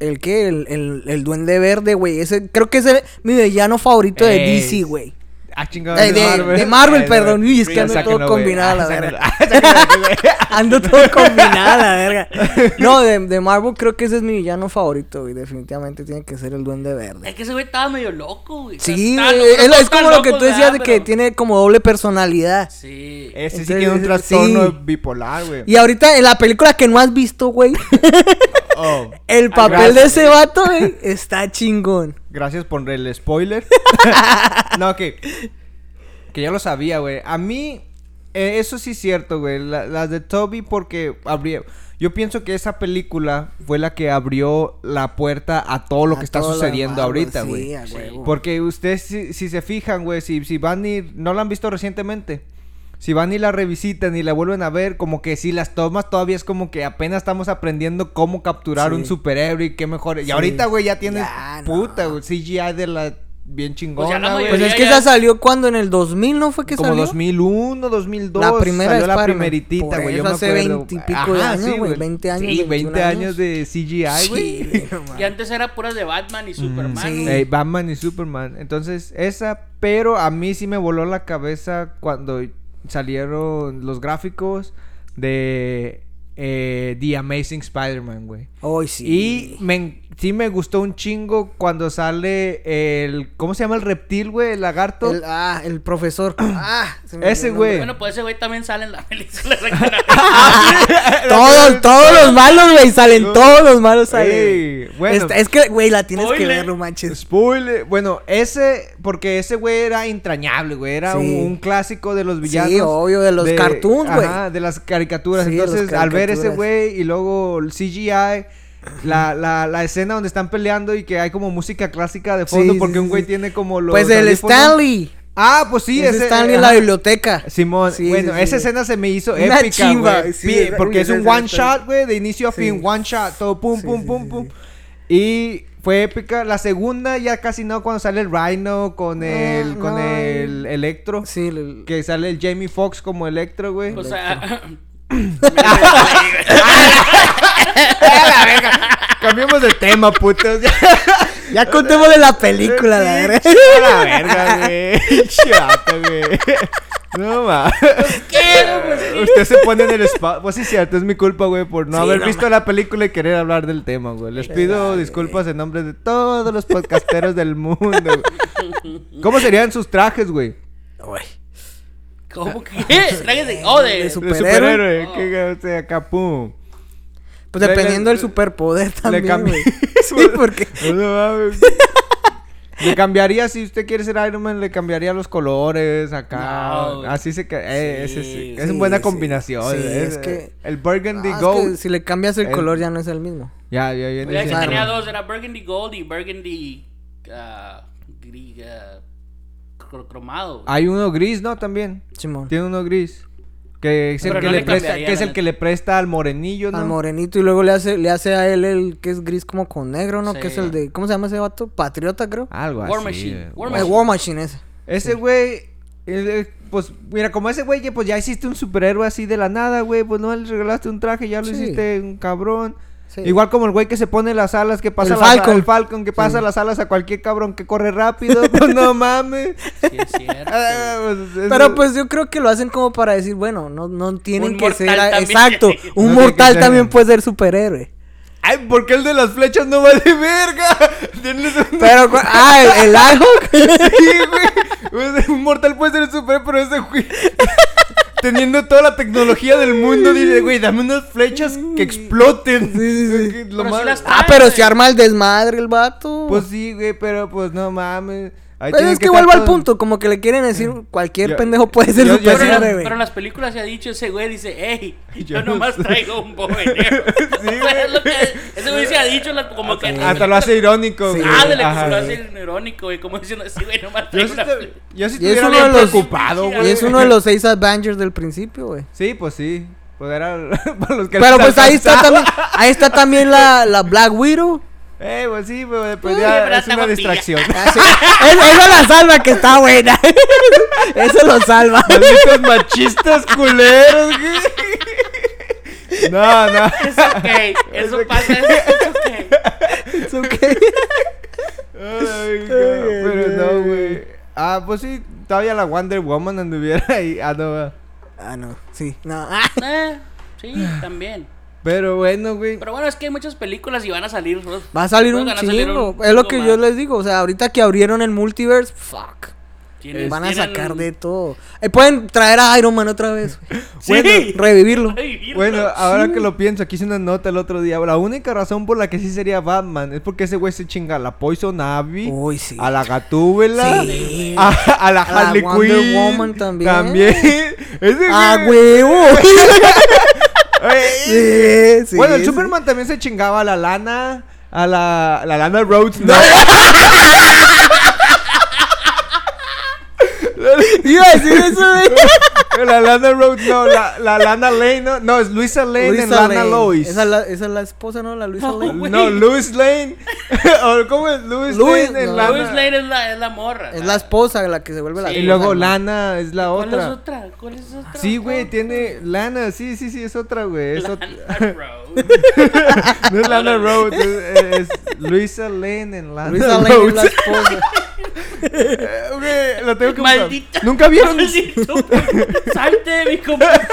S3: ¿El qué? El, el, el duende verde, güey. Ese, creo que ese es mi villano favorito de
S2: Ey.
S3: DC, güey.
S2: Ah, chingado,
S3: De, de- de Marvel, perdón. Uy, es
S2: Sí,
S3: que ando
S2: o sea
S3: todo
S2: Eh, no, güey.
S3: combinado,
S2: (laughs)
S3: la
S2: Ah,
S3: verga.
S2: sácalo, güey.
S3: (laughs) Ando todo combinado, la verga. No, de, de Marvel creo que ese es mi villano favorito, güey. Definitivamente tiene que ser el duende verde.
S1: Es que ese güey estaba medio loco, güey.
S3: Sí,
S1: Estaba
S3: güey,
S1: loco,
S3: es,
S1: no
S3: es
S1: Eh, está
S3: como lo que
S1: loco,
S3: tú decías de
S1: ¿verdad?
S3: que
S1: Pero-
S3: tiene como doble personalidad.
S1: Sí.
S2: (laughs) Ese sí
S3: Entonces,
S2: tiene un
S3: sí.
S2: trastorno bipolar, güey.
S3: Y ahorita en la película que no has
S2: (laughs)
S3: visto, güey,
S2: Oh,
S3: el papel de ese vato, güey, está chingón.
S2: gracias por el
S3: (laughs)
S2: spoiler. no, que. Que ya lo sabía, güey. A mí. eh, eso sí es cierto, güey. La- las de Toby, porque abrió. Yo pienso que esa película fue la que abrió la puerta a todo lo que
S3: A
S2: está
S3: todo lo
S2: sucediendo
S3: demás,
S2: ahorita,
S3: sí,
S2: güey.
S3: a
S1: Sí.
S3: huevo.
S2: Porque ustedes, si, si se fijan, güey, si, si van y... ¿No la han visto recientemente? Si van y la revisitan y la vuelven a ver, como que si las tomas todavía es como que apenas estamos aprendiendo cómo capturar
S3: Sí.
S2: un superhéroe y qué mejor... Y
S3: Sí.
S2: ahorita, güey, ya tienes
S3: Ya, no.
S2: puta, güey, CGI de la bien
S1: Pues ya la
S2: chingona, güey.
S1: mayoría-
S3: Pues es que
S1: ya-
S3: esa salió cuando en el 2000, ¿no fue que
S2: como
S3: salió?
S2: 2001, 2002.
S3: La primera
S2: salió la
S3: Spider-Man.
S2: primeritita,
S3: Por
S2: güey. Yo
S3: eso
S2: me
S3: hace
S2: acuerdo.
S3: 20 y pico de años, güey, 20 años,
S2: Sí,
S3: 21
S2: 20 años
S3: años.
S2: de CGI,
S3: Sí,
S2: güey. (laughs)
S3: güey, no mames.
S1: Que antes era puras de Batman y Superman.
S3: sí.
S1: güey.
S2: Ey, Eh, Batman y Superman. Entonces, esa, pero a mí sí me voló la cabeza cuando salieron los gráficos de eh, The Amazing Spider-Man, güey.
S3: Ay, sí.
S2: Y me, en- sí me gustó un chingo cuando sale el. ¿Cómo se llama el reptil, güey? El lagarto. (laughs)
S3: El, ah,
S2: (clears throat)
S3: el profesor. ah, se me
S2: Ese,
S3: olvidó el
S2: güey.
S1: Bueno, pues ese güey también sale en la (laughs)
S3: (laughs)
S1: película.
S2: Eh,
S3: nombre. Todos, todos los malos, güey, salen. Todos los malos salen.
S2: Ey, bueno.
S3: Esta- es que, güey, la tienes que
S1: Spoiler.
S3: ver, no manches.
S2: Spoiler. Bueno, ese. Porque ese güey era entrañable, güey. Era
S3: Sí.
S2: un, un clásico de los villanos.
S3: obvio, de los cartoons, güey.
S2: Ajá, de las caricaturas.
S3: Sí, de los
S2: Entonces, al ver ese
S3: caricaturas.
S2: güey y luego el CGI. La, la, la escena donde están peleando y que hay como música clásica de fondo
S3: Sí,
S2: porque
S3: sí,
S2: un güey
S3: sí.
S2: tiene como los.
S3: Pues el
S2: audífonos.
S3: Stanley.
S2: Ah, pues sí,
S3: ese
S2: ese.
S3: Stanley en
S2: ajá.
S3: la biblioteca.
S2: Simón,
S3: Sí,
S2: bueno,
S3: sí,
S2: esa
S3: sí.
S2: escena se me hizo
S3: Una
S2: épica,
S3: chimba,
S2: güey.
S3: sí,
S2: Pi-
S3: esa- uy,
S2: porque es
S3: esa
S2: un
S3: escena
S2: one
S3: está-
S2: shot, güey, de inicio a
S3: Sí.
S2: fin, one shot, todo pum
S3: Sí,
S2: pum
S3: sí,
S2: pum
S3: sí,
S2: pum. Y fue épica la segunda ya casi no cuando sale el Rhino con el con
S3: no.
S2: el Electro,
S3: Sí, el-
S2: que sale el Jamie Foxx como Electro, güey.
S1: o sea,
S2: (laughs) Cambiemos de tema, putos.
S3: ya contemos de la película, la verdad.
S2: (laughs) A la verga,
S3: (laughs)
S2: güey. Chato, güey. No mames.
S1: ¿qué? No, pues, ¿qué?
S2: Usted se pone en el spot. Pues sí, cierto, es mi culpa, güey, por no
S3: Sí,
S2: haber
S3: no
S2: visto la película y querer hablar del tema, güey. Les pido disculpas en nombre de todos los podcasteros del mundo.
S3: (laughs)
S2: güey. ¿Cómo serían sus trajes, güey?
S3: Güey.
S1: (laughs) ¿Cómo que?
S3: Ah,
S1: Trajes de- Oh, de.
S3: De su-
S2: De
S3: ¿Superhéroe?
S2: superhéroe.
S3: Oh.
S2: Que, o sea, capum.
S3: Pues
S2: Le- le-
S3: dependiendo del
S2: le-
S3: superpoder también.
S2: cambié.
S3: (laughs)
S2: (laughs)
S3: güey. Sí, porque.
S2: No, no mames. Le cambiaría, si usted quiere ser Iron Man, le cambiaría los colores acá.
S1: No, güey.
S2: Así se ca- eh,
S1: Sí,
S2: ese sí.
S1: sí,
S2: Es una buena
S3: sí.
S2: combinación.
S3: Sí,
S2: es,
S3: es que-
S2: El Burgundy
S3: Ah, es
S2: Gold.
S3: que si le cambias el
S2: El-
S3: color ya no es el mismo.
S2: Ya, ya, ya.
S1: Oye,
S2: ya.
S1: aquí
S3: Claro.
S1: tenía dos, era Burgundy Gold y Burgundy ah, gris, ah, cro- cromado.
S3: Ah.
S2: Hay uno gris, ¿no? También.
S3: Simón.
S2: Tiene uno gris. Que es el,
S1: Pero
S2: que,
S1: no
S2: le
S1: le
S2: presta,
S1: cambiaría,
S2: que es
S1: la
S2: el que le presta al morenillo, ¿no?
S3: Al morenito y luego le hace, le hace a él el que es gris como con negro, ¿no?
S1: Sí.
S3: Que es el de. ¿Cómo se llama ese vato? Patriota, creo.
S2: Algo
S1: War
S2: así.
S1: Machine,
S2: eh.
S1: War
S3: El
S1: Machine.
S3: War Machine ese.
S2: Ese güey. él, eh, Pues mira, como ese güey, que, pues ya hiciste un superhéroe así de la nada, güey. Pues no le regalaste un traje, ya lo
S3: Sí.
S2: hiciste un cabrón.
S3: Sí.
S2: Igual como el güey que se pone las alas, que pasa
S3: El
S2: las a-
S3: Falcon.
S2: el Falcon, que pasa las alas a cualquier cabrón que corre rápido. (laughs) pues no mames.
S1: Sí, es cierto.
S2: Ah, pues, eso-
S3: Pero pues yo creo que lo hacen como para decir, bueno, no, no tienen
S1: Un
S3: que ser.
S1: mortal también. (laughs)
S3: Exacto. Un
S2: No tiene que
S3: mortal
S2: ser-
S3: también puede ser superhéroe.
S2: Ay, ¿por qué el de las flechas no vale verga? (laughs) Denles un
S3: Pero, cu- ah, el, el Ironhawk.
S2: Sí, güey. O sea, Un mortal puede ser el super, pero ese güey. Teniendo toda la tecnología del mundo, dice, güey, dame unas flechas que exploten. Que lo
S1: Pero sí
S2: más-
S1: las-
S3: (laughs) ah, pero si arma el desmadre el vato.
S2: Pues sí, güey, pero pues no mames. Ahí
S3: Pero
S2: tienen
S3: es que
S2: estar
S3: vuelvo al
S2: todos-
S3: punto, como que le quieren decir cualquier
S2: Yo-
S3: pendejo puede ser
S2: yo- yo
S1: Pero, en
S2: sí-
S1: la-
S3: superhéroe, güey.
S1: pero en las películas se ha dicho ese güey, dice,
S2: (laughs)
S1: hey, yo,
S2: Yo no
S1: nomás
S2: sé".
S1: traigo un
S2: (laughs)
S1: bovenero.
S2: güey.
S1: (laughs) Es lo que- ese güey se ha dicho la- como que...
S2: Hasta lo hace irónico, güey.
S1: Ah, de la que
S2: Ajá.
S1: se lo hace irónico, güey, como diciendo, ese güey nomás
S2: Yo
S1: traigo
S2: sí,
S1: una...
S2: te- yo sí
S3: Y es
S2: estuviera
S3: uno de
S2: bien
S3: los-
S2: preocupado,
S1: Sí,
S2: güey.
S3: Y es uno de los seis Avengers del principio, güey.
S2: Sí, pues sí. Pues era (laughs) para los que
S3: Pero
S2: les
S3: pues ahí está
S2: alcanzaba.
S3: también, ahí está también la, la Black Widow.
S2: Eh, pues sí, pero pues,
S1: Uy,
S2: ya
S1: pero
S2: es
S1: está
S2: una
S1: guapilla.
S2: distracción.
S3: (laughs) Ah, sí. Es- Eso la salva que está buena. (laughs) Eso lo
S2: (laughs)
S3: salva. (laughs)
S2: Malditos machistas culeros, güey. No,
S3: (laughs)
S2: no.
S1: (laughs) Es
S2: (laughs)
S1: ok, eso pasa, es ok.
S3: It's okay.
S2: Ay, güey, Pero no, güey. Ah, pues sí, todavía la Wonder Woman anduviera ahí. Ah, no. va.
S3: Ah, no. Sí. No. Ah,
S1: Eh, sí, también.
S2: Pero bueno, güey.
S1: Pero bueno, es que hay muchas películas y van a salir. ¿no?
S3: va a salir
S1: Van
S3: un
S1: a salir
S3: chingo.
S1: un
S3: Es lo que
S1: chingo
S3: yo
S1: más.
S3: les digo. O sea, ahorita que abrieron el multiverse, fuck.
S1: Tienes-
S3: Van a
S1: tienen-
S3: sacar de todo. Eh, pueden traer a Iron Man otra vez. güey.
S1: (laughs) Sí.
S3: Bueno, revivirlo.
S1: Ay, virgo.
S2: Bueno, ahora que lo pienso, aquí hice una nota el otro día. La única razón por la que sí sería Batman es porque ese güey se chinga a la Poison Ivy,
S3: Uy, sí.
S2: a la Gatúbela,
S3: Sí.
S2: a, a la
S3: A la
S2: Harley
S3: Wonder
S2: Quinn.
S3: Woman también.
S2: También. (laughs) Ese
S3: ¡Ah,
S1: (laughs)
S2: güey-
S3: huevo!
S2: Ey,
S3: (laughs) sí, sí,
S2: bueno, el
S3: sí.
S2: Superman también se chingaba a la lana. A la, la lana Rhodes. No. (laughs)
S3: Iba a decir eso, güey.
S2: la lana Rhodes, no. La, la lana Lane, no. No, es Luisa Lane en
S3: Luisa
S2: Lana
S3: Lane.
S2: Lois.
S3: Esa es, la, esa es la esposa, ¿no? La Luisa
S1: No,
S3: Lane.
S1: güey.
S2: No, Louis Lane. (laughs) ¿O ¿Cómo es? Louis,
S3: Louis-
S2: Lane en
S3: no.
S2: Lana.
S1: Lois Lane es la, es la morra.
S3: Es la esposa la que se vuelve la
S1: Sí.
S2: Y
S1: Lane.
S2: luego
S3: la
S2: Lana es la
S1: ¿Cuál es
S2: otra.
S1: otra? ¿Cuál es otra?
S2: Sí, güey, tiene Lana, sí, sí, sí, es otra, güey. Es otra.
S1: Lana Rhodes.
S2: (laughs) No es Lana Rhodes, es, es Luisa Lane en
S1: (laughs)
S2: Lana
S3: Luisa Lane es
S2: Rhodes.
S3: la esposa.
S2: Eh, güey, lo tengo que buscar.
S1: Maldita.
S2: ¿Nunca
S1: (laughs)
S2: vieron (laughs)
S1: Maldito, Salte de mi computadora.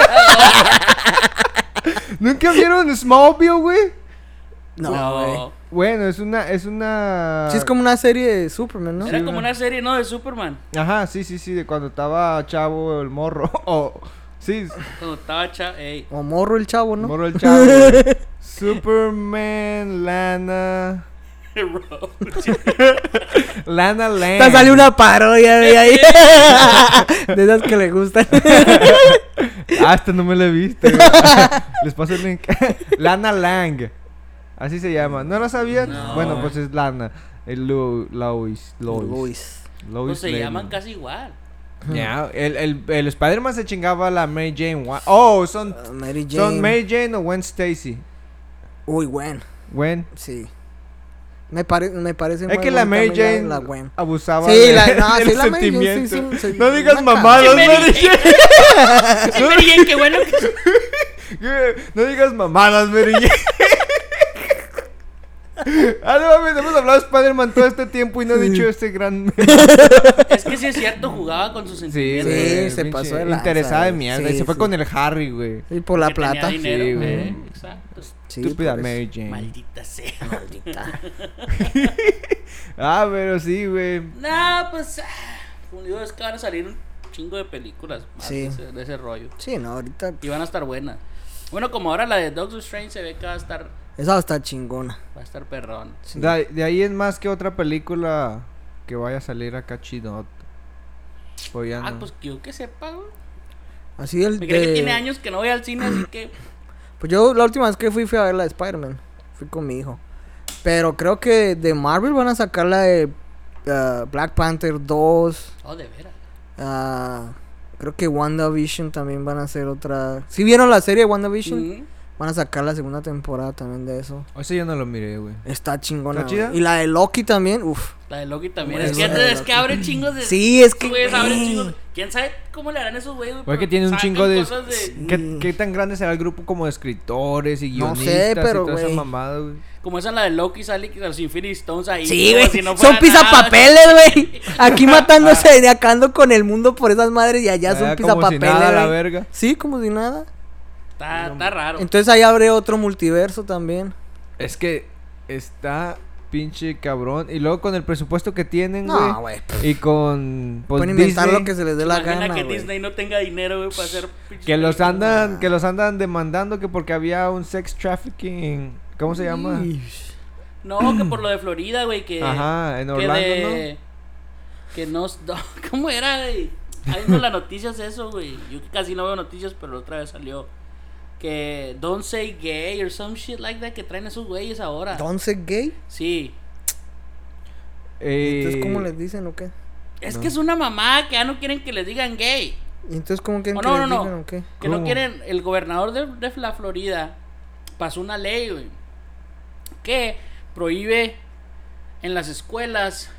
S2: ¿Nunca vieron Smallville, güey?
S3: No, güey.
S1: No.
S2: Bueno, es una, es una...
S3: Sí, es como una serie de Superman, ¿no?
S1: Era
S2: Sí,
S1: como
S2: una-
S1: una serie, ¿no? De Superman.
S2: Ajá, sí, sí, sí, de cuando estaba chavo el morro. (laughs) O... Sí,
S1: Cuando estaba cha- ey. (laughs)
S3: O Morro el Chavo, ¿no?
S2: morro el chavo. güey.
S3: (laughs)
S2: Superman, Lana...
S1: Bro.
S2: Lana Land.
S3: Te sale una parodia de ahí. (laughs) de esas que le gustan.
S2: Ah, esta no me la he visto. güey. (laughs) Les paso el link. (laughs) Lana Lang. Así se llama. ¿No la sabían?
S1: No.
S2: Bueno, pues es Lana. El Lu- Lois. Lois.
S3: Luis.
S2: Lois
S1: Pues se
S2: Lane.
S1: llaman casi igual.
S2: Ya, el, el, el Spider-Man se chingaba a la Mary Jane. Wa- Oh, son,
S3: Uh, Mary Jane.
S2: son Mary Jane o Gwen Stacy.
S3: Uy, Gwen.
S2: Gwen.
S3: Sí. Me, pare- me parece
S2: Es
S3: muy
S2: que la
S3: bonita
S2: Mary
S3: a mí
S2: Jane
S3: La Gwen.
S2: abusaba
S3: Sí,
S2: de- (laughs)
S3: la- no,
S2: del
S3: sí, la Mary Jane, sí,
S2: sentimiento.
S3: sí, sí,
S2: no digas
S3: una
S2: mamadas,
S1: cabra.
S2: Mary (laughs) Jane.
S1: Sí, Mary Jane, qué bueno que
S2: (laughs) No digas mamadas, Mary Jane. (laughs) Ah, no mames, hemos hablado de Spider-Man todo este tiempo y no he dicho este gran...
S1: Es que sí es cierto, jugaba con sus
S2: (laughs) Sí,
S1: sentimientos.
S2: güey,
S3: se
S2: pinche
S3: pasó de lanza,
S2: Interesada de
S3: güey.
S2: mierda.
S3: Sí,
S2: y se fue
S3: sí.
S2: con el Harry, güey.
S3: Y por la
S1: Porque tenía
S3: plata.
S1: dinero,
S2: Sí,
S1: güey,
S2: güey.
S1: Exacto.
S3: Sí,
S2: Estúpida
S3: por eso.
S2: Mary Jane.
S1: Maldita sea.
S3: Maldita.
S2: Ah, pero sí, güey.
S1: No, pues. ah, Como digo, es que van a salir un chingo de películas más
S3: Sí.
S1: de, ese, de ese rollo.
S3: Sí, no, ahorita.
S1: Y van a estar buenas. Bueno, como ahora la de Doctor Strange se ve que va a estar,
S3: Esa va a estar chingona.
S1: va a estar perrón.
S3: Sí.
S2: De, de ahí en más que otra película que vaya a salir acá chido. Pues ya
S1: Ah,
S2: no.
S1: pues que yo que sepa, güey.
S3: Así el
S1: Me cree que
S3: de-
S1: tiene años que no voy al cine, así
S3: (clears throat)
S1: que.
S3: Pues yo la última vez que fui fui a ver la de Spider-Man. Fui con mi hijo. Pero creo que de Marvel van a sacar la de uh, Black Panther 2.
S1: Oh, de veras.
S3: ah, creo que WandaVision también van a hacer otra. Si vieron la serie de WandaVision,
S1: Mm.
S3: van a sacar la segunda temporada también de eso.
S2: O sea, yo no lo miré, güey.
S3: Está chingona.
S2: ¿Está chida?
S3: güey. Y la de Loki también, uff.
S1: La de Loki también.
S3: Bueno,
S1: es, que,
S3: la de
S1: es que abre chingos de.
S3: Sí, es que.
S1: güeyes, abren
S3: güey.
S1: chingos de- ¿Quién sabe cómo le harán esos güeyes, güey?
S2: Güey,
S1: Pero
S2: que tiene un
S1: sacan
S2: chingo de...
S1: cosas
S2: ¿Qué, qué tan grande será el grupo como de escritores y
S3: Mm. No
S2: guionistas
S3: sé,
S2: y
S3: pero,
S2: toda esa
S3: güey.
S2: mamada, güey?
S1: Como esa la de Loki sale que los Infinity Stones ahí.
S3: Sí,
S1: como
S3: güey.
S1: si no
S3: son
S1: fuera nada.
S3: pisapapeles, güey.
S1: (laughs)
S3: Aquí matándose de acá ando con el mundo por esas madres y allá son
S2: Ah, como si
S3: pisapapeles.
S2: nada, la
S3: güey.
S2: verga.
S3: sí, como si nada.
S1: Está, está raro.
S3: Entonces ahí abre otro multiverso también.
S2: Es que está pinche cabrón. Y luego con el presupuesto que tienen, güey.
S3: No, güey.
S2: y con... pues,
S3: Pueden inventar
S2: Disney.
S3: lo que se les dé la
S1: Imagina
S3: gana.
S1: que
S3: güey.
S1: Disney no tenga dinero, güey, para hacer. pinches
S2: Que los
S1: películas.
S2: andan, que los andan demandando que porque había un sex trafficking, ¿cómo se llama?
S3: Ish.
S1: No, que por lo de Florida, güey, que.
S2: Ajá, en
S1: que
S2: Orlando,
S1: de- Que no. no, (laughs) ¿Cómo era, güey? Ahí no las noticias eso, güey. Yo casi no veo noticias, pero otra vez salió. Que don't say gay or some shit like that que traen esos güeyes ahora.
S3: Entonces gay.
S1: Sí.
S2: ¿no?
S3: ¿Y Entonces, ¿cómo
S2: Eh,
S3: les dicen o qué?
S1: Es que es una mamá que ya no quieren que les digan gay.
S3: ¿Y entonces, ¿cómo quieren
S1: Oh,
S3: que
S1: no,
S3: les
S1: no, no.
S3: digan o qué?
S1: Que no
S2: ¿Cómo?
S1: quieren. El gobernador de, de la Florida pasó una ley, güey, que prohíbe en las escuelas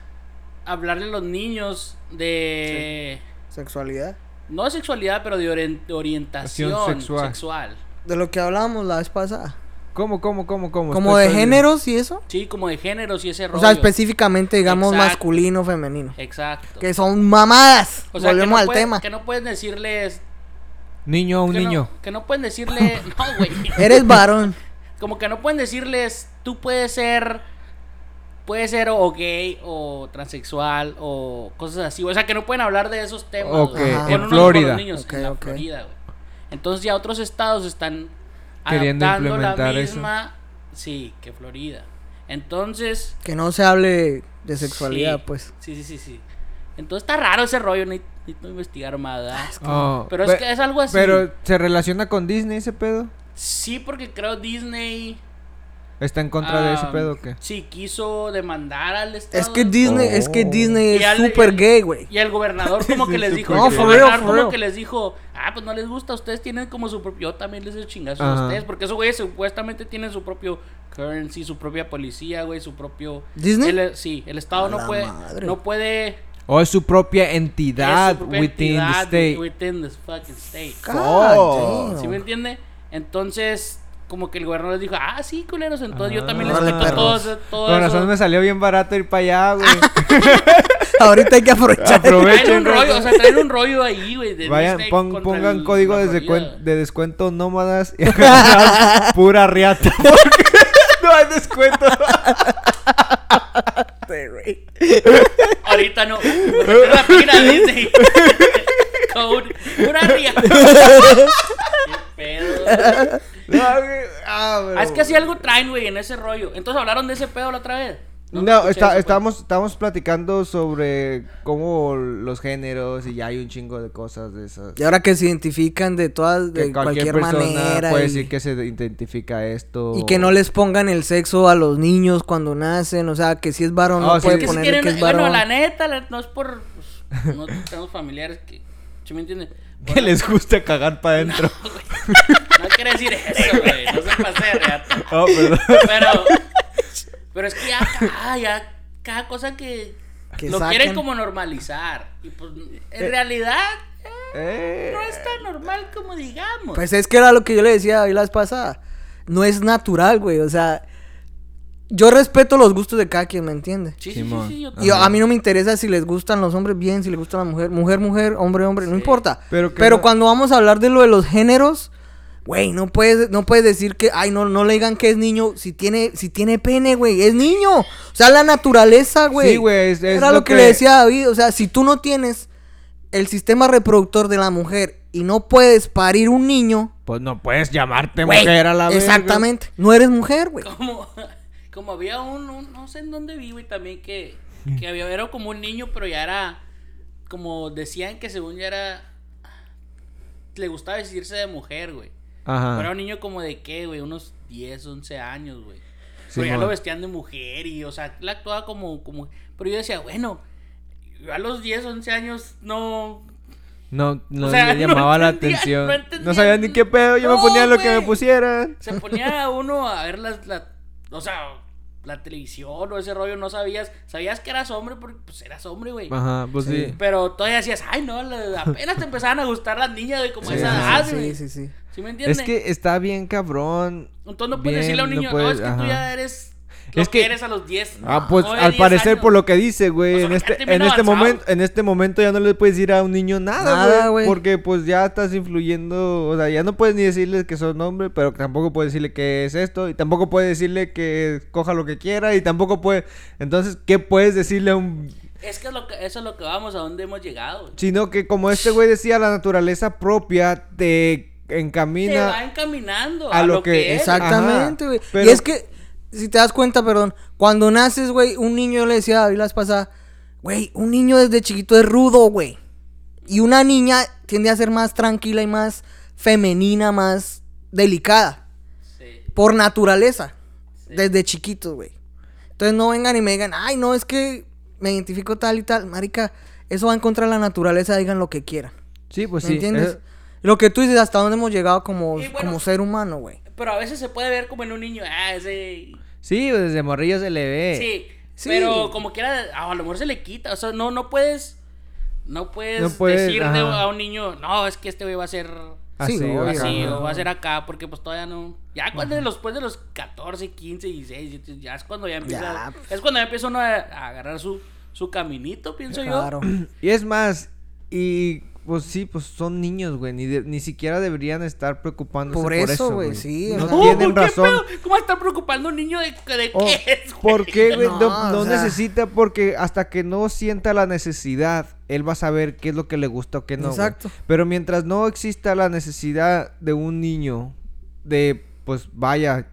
S1: hablarle a los niños de.
S3: Sexualidad.
S1: No de sexualidad, pero de, oren- de orientación
S2: Acción sexual.
S1: sexual.
S3: De lo que hablábamos la vez pasada.
S2: ¿Cómo, cómo, cómo, cómo?
S3: Como
S2: Estoy
S3: de
S2: perdido.
S3: géneros y eso.
S1: Sí, como de géneros y ese rollo.
S3: O sea, específicamente, digamos,
S1: Exacto.
S3: masculino, femenino.
S1: Exacto.
S3: Que son mamadas.
S1: O sea, que
S3: Volvemos
S1: no
S3: al
S1: puede-
S3: tema.
S1: Que no pueden decirles.
S2: Niño a un
S1: que no-
S2: niño.
S1: que no pueden
S3: (laughs)
S1: decirle. No, güey.
S3: Eres varón.
S1: como que no pueden decirles, tú puedes ser, puedes ser o gay o transexual o cosas así. O sea, que no pueden hablar de esos temas.
S2: Ok,
S1: güey,
S3: en
S1: con unos- con
S2: Florida.
S1: los niños,
S3: Ok,
S1: en la
S3: ok.
S1: Florida, güey. Entonces ya otros estados están
S2: Queriendo
S1: adaptando la
S2: implementar eso.
S1: misma, sí, que Florida. Entonces,
S3: Que no se hable de sexualidad,
S1: sí,
S3: pues.
S1: Sí, sí, sí, sí. Entonces está raro ese rollo, ne- necesito investigar más. ¿verdad?
S2: Oh,
S1: Pero es
S2: pe-
S1: que es algo así.
S2: Pero se relaciona con Disney ese pedo.
S1: Sí, porque creo Disney
S2: ¿Está en contra de ese
S1: ah,
S2: pedo o qué?
S1: Sí, quiso demandar al estado.
S3: Es que Disney, es que
S2: Oh.
S3: Disney
S1: Y
S3: es
S1: al- y
S3: súper
S1: al-
S3: gay, güey.
S1: Y el gobernador como que les
S2: Sí,
S1: dijo,
S2: sí,
S1: no,
S2: sí.
S1: for
S2: For
S3: real, for
S1: como
S3: real.
S1: que les dijo, ah, pues no les gusta, ustedes tienen como su propio, yo también les he chingazo
S2: Ajá.
S1: a ustedes, porque esos güeyes supuestamente tienen su propio currency, su propia policía, güey, su propio...
S3: ¿Disney?
S1: El- sí, el Estado
S3: A
S1: no
S3: la
S1: puede,
S3: madre.
S1: no puede...
S2: O es su propia entidad
S1: es su propia
S2: within
S1: entidad,
S2: the state.
S1: Within the fucking state.
S3: God
S2: Oh.
S3: damn.
S1: ¿Sí me entiende? Entonces, como que el gobernador les dijo, ah, sí, culeros, entonces yo también les
S3: Órale,
S1: quito
S3: perros.
S1: todo, todo
S2: Con
S1: eso.
S2: razón me salió bien barato ir para
S1: (laughs)
S2: allá, güey.
S3: (laughs) Ahorita hay
S2: (laughs)
S3: que
S2: Ah,
S3: aprovechar.
S1: Traen
S2: Aprovechen.
S1: un rollo, o sea, traen un rollo ahí, güey. de
S2: (laughs) Vayan,
S1: Disney
S2: pon-
S1: contra
S2: pongan
S1: el-
S2: código
S1: la
S2: de,
S1: Florida.
S2: (laughs)
S1: (laughs)
S2: descuen- de descuento nómadas y agarran pura riata. porque (laughs) No hay descuento.
S3: este, güey.
S1: (laughs) Ahorita no. Porque la pira Disney. (laughs) Con un- una
S2: (laughs)
S1: ría. Qué pedo.
S2: No, güey. Ah, pero-
S1: Ah, es que así algo traen, güey, en ese rollo. Entonces hablaron de ese pedo la otra vez.
S2: No,
S1: te escuché
S2: está-
S1: eso, pues.
S2: estábamos, estábamos platicando sobre cómo los géneros y ya hay un chingo de cosas de esas.
S3: Y ahora que se identifican de todas, de
S2: que cualquier,
S3: cualquier,
S2: persona
S3: manera.
S2: puede
S3: y,
S2: decir que se identifica esto.
S3: y que no les pongan el sexo a los niños cuando nacen. O sea, que si es varón,
S2: Ah,
S3: no
S2: sí.
S1: Pues,
S2: Es
S3: puede
S1: que si
S3: poner
S1: quieren,
S3: que es varón.
S1: bueno, la neta, la- no es por. pues, no tenemos familiares que. ¿Sí me entiendes?
S2: Que les gusta cagar para
S3: (laughs)
S2: adentro.
S1: (laughs) No quiere decir eso, güey. No se pase de reata.
S2: No, perdón.
S1: Pero. Pero es que ya, ah, ya cada cosa que.
S3: Que
S1: lo
S3: sacan.
S1: quieren como normalizar. Y pues, en realidad. eh,
S2: Eh,
S1: No es tan normal como digamos.
S3: Pues es que era lo que yo le decía hoy la vez pasada. No es natural, güey. O sea, yo respeto los gustos de cada quien, ¿me entiende?
S1: sí, sí, sí,
S2: Simón.
S1: sí, yo
S3: Y
S2: Ajá.
S3: a mí no me interesa si les gustan los hombres bien, si les gusta la mujer, mujer, mujer, hombre, hombre, no importa.
S2: Pero
S3: Pero,
S2: que no-
S3: cuando vamos a hablar de lo de los géneros, güey, no puedes, no puedes decir que, ay, no, no le digan que es niño, si tiene, si tiene pene, güey, es niño. O sea, la naturaleza, güey.
S2: Sí, güey, es- es
S3: Era
S2: lo
S3: lo, que, le
S2: que-
S3: decía a David, o sea, si tú no tienes el sistema reproductor de la mujer y no puedes parir un niño,
S2: Pues no puedes llamarte
S3: güey,
S2: mujer a la vez.
S3: exactamente, no eres mujer, güey.
S1: como, como había un, un- no sé en dónde vi, güey, también que, que había, era como un niño, pero ya era, como decían que según ya era, le gustaba vestirse de mujer, güey. Pero era
S2: Ajá.
S1: un niño como de qué, güey, unos 10, 11 años, güey. Pero ya
S2: Simón.
S1: lo vestían de mujer y, o sea, él actuaba como, como, pero yo decía, bueno, yo a los 10, 11 años no...
S2: No, no
S1: O sea, (laughs)
S2: le
S1: no
S2: llamaba la
S1: entendía,
S2: atención.
S1: no
S2: No,
S1: entendía.
S2: sabía ni qué pedo. Yo me
S1: No,
S2: ponía lo que
S1: güey.
S2: me pusieran.
S1: Se
S2: (laughs)
S1: ponía uno a ver las, la, o sea, la televisión o ese rollo, no sabías, sabías que eras hombre porque pues eras hombre, güey.
S2: Ajá, pues sí.
S1: Pero todavía decías, ay, no, le- apenas te empezaban a gustar las niñas, güey, como a
S2: Sí,
S1: esa
S2: sí,
S1: edad,
S3: sí,
S1: güey.
S3: sí, sí, sí.
S1: ¿Sí me entiendes?
S2: Es que está bien cabrón.
S1: Entonces no puedes
S2: bien,
S1: decirle a un
S2: no
S1: niño, no,
S2: puedes-
S1: es que tú
S2: ajá.
S1: ya eres lo
S2: Es
S1: que,
S2: que-
S1: eres a los 10.
S2: Ah, pues al parecer por lo que dice, güey,
S1: O sea,
S2: en
S1: ya
S2: este
S1: terminó
S2: en este
S1: avanzado.
S2: momento en este momento ya no le puedes decir a un niño nada,
S3: Nada,
S2: güey,
S3: güey.
S2: porque pues ya estás influyendo, o sea, ya no puedes ni decirles que son hombre, pero tampoco puedes decirle que es esto y tampoco puedes decirle que coja lo que quiera y tampoco puedes Entonces, ¿qué puedes decirle a un
S1: Es que, es lo que eso es lo que vamos, a donde hemos llegado, güey.
S2: sino que como este güey decía, la naturaleza propia te
S1: Te
S2: encamina
S1: va encaminando
S2: a
S1: a,
S2: lo
S1: lo,
S2: que-
S1: que, eres.
S2: Exacto.
S3: Exactamente,
S2: Ajá,
S3: güey.
S2: pero-
S3: Y es que, si te das cuenta, perdón, cuando naces, güey, un niño yo le decía a David las pasadas, güey, un niño desde chiquito es rudo, güey. Y una niña tiende a ser más tranquila y más femenina, más delicada,
S1: Sí.
S3: por naturaleza, desde chiquitos, güey. Entonces no vengan y me digan, ay, no, es que me identifico tal y tal. Marica, eso va en contra de la naturaleza, digan lo que quieran.
S2: Sí, pues
S3: ¿Me
S2: sí.
S3: entiendes?
S2: eh,
S3: Lo que tú dices, hasta dónde hemos llegado como,
S1: Y bueno-
S3: como ser humano, güey.
S1: Pero a veces se puede ver como en un niño, ah, ese
S2: Sí, pues, desde morrillo se le ve.
S1: Sí,
S3: Sí.
S1: pero como quiera, a lo mejor se le quita. O sea, no, no puedes. No puedes,
S2: No puedes,
S1: decirle
S2: ajá.
S1: a un niño, no, es que este güey va a ser
S2: Así,
S3: Sí, obvio,
S2: ajá.
S1: así o va a ser acá, porque pues todavía no. Ya cuando de los- después de los 14, 15, 16, 17, ya es cuando ya empieza.
S3: Ya,
S2: pues.
S1: Es cuando ya empieza uno a, a agarrar su, su caminito, pienso
S2: (clears throat)
S3: Claro.
S2: Y es más, y pues sí, pues son niños, güey. Ni, de- ni siquiera deberían estar preocupándose por
S3: Por
S2: eso,
S3: eso, güey, sí,
S2: No
S3: o sea.
S1: yo.
S2: tienen
S1: Oh, ¿qué
S2: razón.
S1: pedo? ¿Cómo está preocupando un niño de, de
S2: Oh,
S1: qué es, güey?
S2: ¿Por qué, güey? No,
S3: No,
S2: no
S3: o sea.
S2: necesita, porque hasta que no sienta la necesidad, él va a saber qué es lo que le gusta o qué no. güey.
S3: Exacto.
S2: Pero mientras no exista la necesidad de un niño de, pues vaya,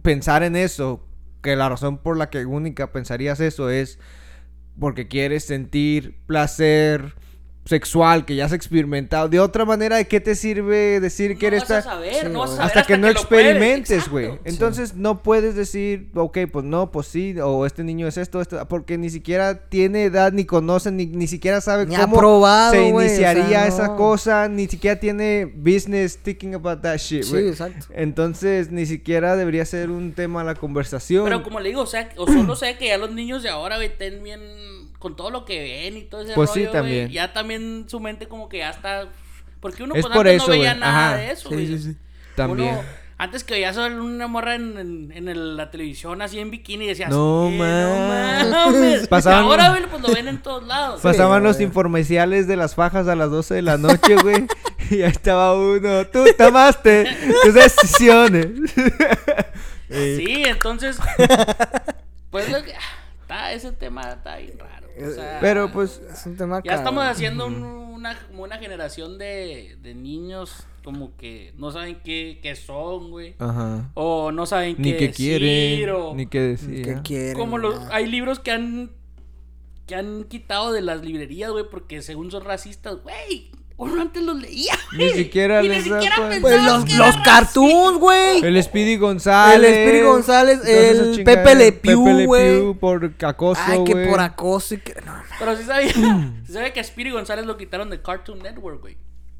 S2: pensar en eso, que la razón por la que única pensarías eso es porque quieres sentir placer sexual que ya has experimentado. De otra manera, ¿de qué te sirve decir que
S1: No
S2: eres
S1: vas a
S2: tan-
S1: saber,
S3: Sí,
S1: no vas a saber
S2: hasta, que, no
S1: lo pruebes,
S2: experimentes,
S1: exacto.
S2: güey. Entonces no puedes decir, ok, pues no, pues sí, o este niño es esto, esto, porque ni siquiera tiene edad, ni conoce, ni, ni siquiera sabe
S3: Ni ha
S2: cómo
S3: probado,
S2: se
S3: güey, o sea,
S2: iniciaría esa
S3: no.
S2: cosa, ni siquiera tiene business thinking about that shit,
S3: Sí,
S2: güey.
S3: exacto.
S2: Entonces ni siquiera debería ser un tema la conversación.
S1: Pero como le digo, o sea, o solo sé que ya los niños de ahora güey, estén bien con todo lo que ven y todo ese
S2: Pues sí,
S1: rollo, güey,
S2: también.
S1: ya también su mente como que ya está porque uno
S2: Es
S1: pues,
S2: por
S1: antes
S2: eso,
S1: no veía
S2: güey.
S1: nada
S2: Ajá.
S1: de eso,
S3: Sí,
S1: güey.
S3: sí, sí.
S2: También.
S1: Uno, antes que veías a una morra en, en- en el- la televisión así en bikini y decías,
S2: No
S1: "Eh,
S2: mames". (laughs)
S1: mames".
S2: Pasaban-
S1: Y ahora güey, pues lo ven en todos
S2: (laughs)
S1: lados.
S2: Pasaban los
S3: güey.
S2: informeciales de las fajas a las 12 de la noche,
S3: (laughs)
S2: güey.
S3: (laughs)
S2: y ahí estaba uno. Tú tomaste tus decisiones.
S1: Sí,
S2: (laughs)
S1: entonces. Pues lo que- está- ese tema está bien raro. o sea,
S2: Pero pues.
S3: Es un tema
S1: Ya estamos
S3: cabrón.
S1: haciendo un- una, como una generación de, de niños como que no saben qué, qué son, güey.
S2: Ajá.
S1: O no saben
S2: Ni
S1: qué
S2: que
S1: decir, o-
S2: quieren. Ni que decir.
S3: ¿Qué
S2: ¿eh?
S3: quieren?
S1: Como los,
S3: güey?
S1: hay libros que han que han quitado de las librerías, güey, porque según son racistas, güey. Uno antes los leía,
S2: Ni
S1: güey,
S2: siquiera
S1: y ni
S2: les da
S1: siquiera
S2: cuenta.
S1: pensabas
S3: Pues los,
S1: que era
S3: los cartoons, güey.
S2: El Speedy González.
S3: El Speedy González,
S2: todas esas
S3: el
S2: chingaderas.
S3: Pepe Le Pew,
S2: Pepe Le
S3: güey.
S2: Pew por acoso,
S3: Ay, que
S2: güey.
S3: por acoso y que. No, mames.
S1: Pero sí sabía,
S3: Mm.
S1: sí sabía que a Speedy González lo quitaron de Cartoon Network, güey.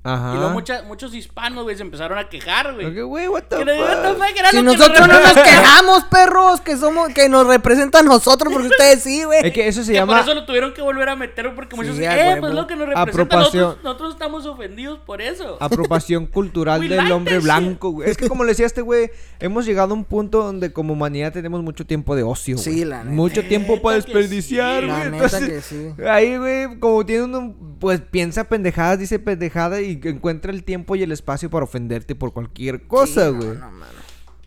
S2: Ajá.
S1: Y
S3: Ah.
S1: luego mucha- muchos hispanos, güey, se empezaron a quejar, güey.
S2: Porque, güey, what the
S1: Que le- what the
S2: fuck?
S1: fuck, era
S3: Si
S1: lo que
S3: nosotros no nos
S1: representaba.
S3: quejamos, perros, que somos, que nos representan nosotros, porque ustedes sí, güey.
S2: Es que eso se
S1: Que
S2: llama
S1: por eso lo tuvieron que volver a meter porque muchos
S3: Sí,
S1: dicen,
S3: a
S1: eh,
S3: huevo.
S1: pues lo que nos representa,
S2: Apropiación. Ah,
S1: nosotros, nosotros estamos ofendidos por eso. (laughs)
S2: apropiación cultural
S1: We
S2: del
S1: like
S2: hombre
S1: that
S2: blanco, güey. Es que como le decía este güey, hemos llegado a un punto donde como humanidad tenemos mucho tiempo de ocio, güey.
S3: Sí, la neta.
S2: Mucho tiempo para
S1: Neta que
S2: desperdiciar,
S1: sí.
S2: güey.
S3: La neta
S2: Entonces,
S3: que sí.
S2: Ahí, güey, como tiene uno, pues piensa pendejadas, dice pendejada y que encuentra el tiempo y el espacio para ofenderte por cualquier cosa, güey.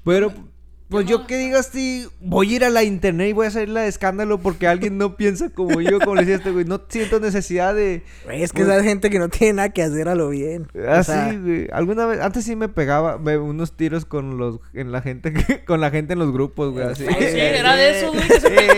S2: Pero, pues yo que digas, sí, voy a ir a la internet y voy a hacer la de escándalo porque alguien no piensa como yo, como le decía este güey. No siento necesidad de...
S3: Güey, es que esa gente que no tiene nada que hacer a lo bien. O
S2: Así,
S3: sea,
S2: Ah,
S3: (laughs)
S2: güey. Alguna vez, antes sí me pegaba me- unos tiros con los, en la gente, (laughs) que- con la gente en los grupos, güey. Así.
S1: Sí,
S2: (laughs)
S1: era de eso, güey, que se "Ah,
S2: Eh,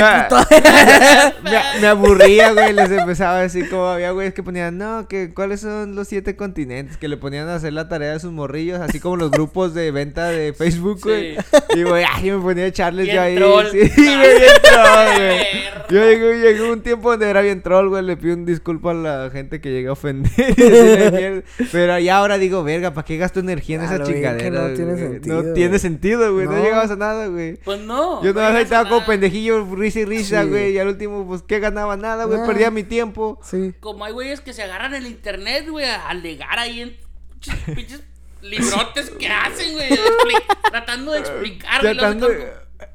S2: güey.
S3: eh, puto.
S2: (laughs) me, me aburría, güey. Les empezaba a decir como había güeyes que ponían, no, que cuáles son los siete continentes, que le ponían a hacer la tarea de sus morrillos, así como los grupos de venta de Facebook, güey. Y güey, ay, yo me ponía a echarles
S1: Bien
S2: yo ahí.
S1: troll.
S2: Sí, (laughs) güey, bien troll, güey. Yo llegué, llegué un tiempo donde era bien troll, güey. Le pido un disculpa a la gente que llegué a ofender. (laughs) y decirle mierda. Pero ya ahora digo, verga, ¿para qué gasto energía en esa
S3: Claro, güey, que
S2: chingadera?
S3: no tiene
S2: güey?
S3: sentido,
S2: No tiene
S3: güey.
S2: sentido, güey. No,
S3: No.
S2: llegabas a nada, güey.
S1: Pues no.
S2: Yo no
S1: no
S2: ahí estaba
S1: ganas
S2: como
S1: nada.
S2: pendejillo, risa y risa,
S3: Sí.
S2: güey. Y al último, pues, ¿qué ganaba? Nada, güey.
S3: Nada.
S2: Perdía mi tiempo.
S3: Sí.
S1: Como hay güeyes que se agarran el internet, güey, a alegar ahí en pinches- pinches librotes que hacen, güey, expli- tratando de explicar, güey. los-
S2: Tratando...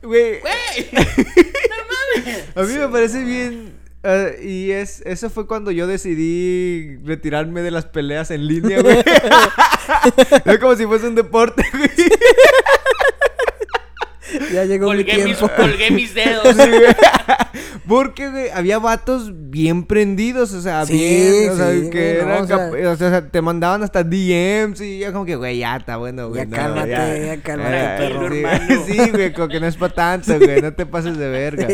S2: Güey,
S1: Güey, no mames.
S2: a mí me parece bien... ah, y es eso fue cuando yo decidí retirarme de las peleas en línea,
S3: (laughs)
S2: güey. (laughs) es como si fuese un deporte, güey.
S3: Ya llegó mi
S1: Colgué mis,
S3: tiempo.
S1: colgué mis dedos.
S2: Porque, güey, había vatos bien prendidos, o sea,
S3: Sí,
S2: bien, o sea,
S3: sí,
S2: que
S3: güey, no,
S2: eran
S3: o sea-
S2: capa- o sea, te mandaban hasta DMs y yo como que, güey, ya está bueno, güey.
S3: Ya cálmate, ya cálmate,
S1: perro,
S2: sí,
S1: hermano.
S2: (laughs) Sí, güey, como que no es para tanto, güey, no te pases de
S3: (laughs)
S2: verga.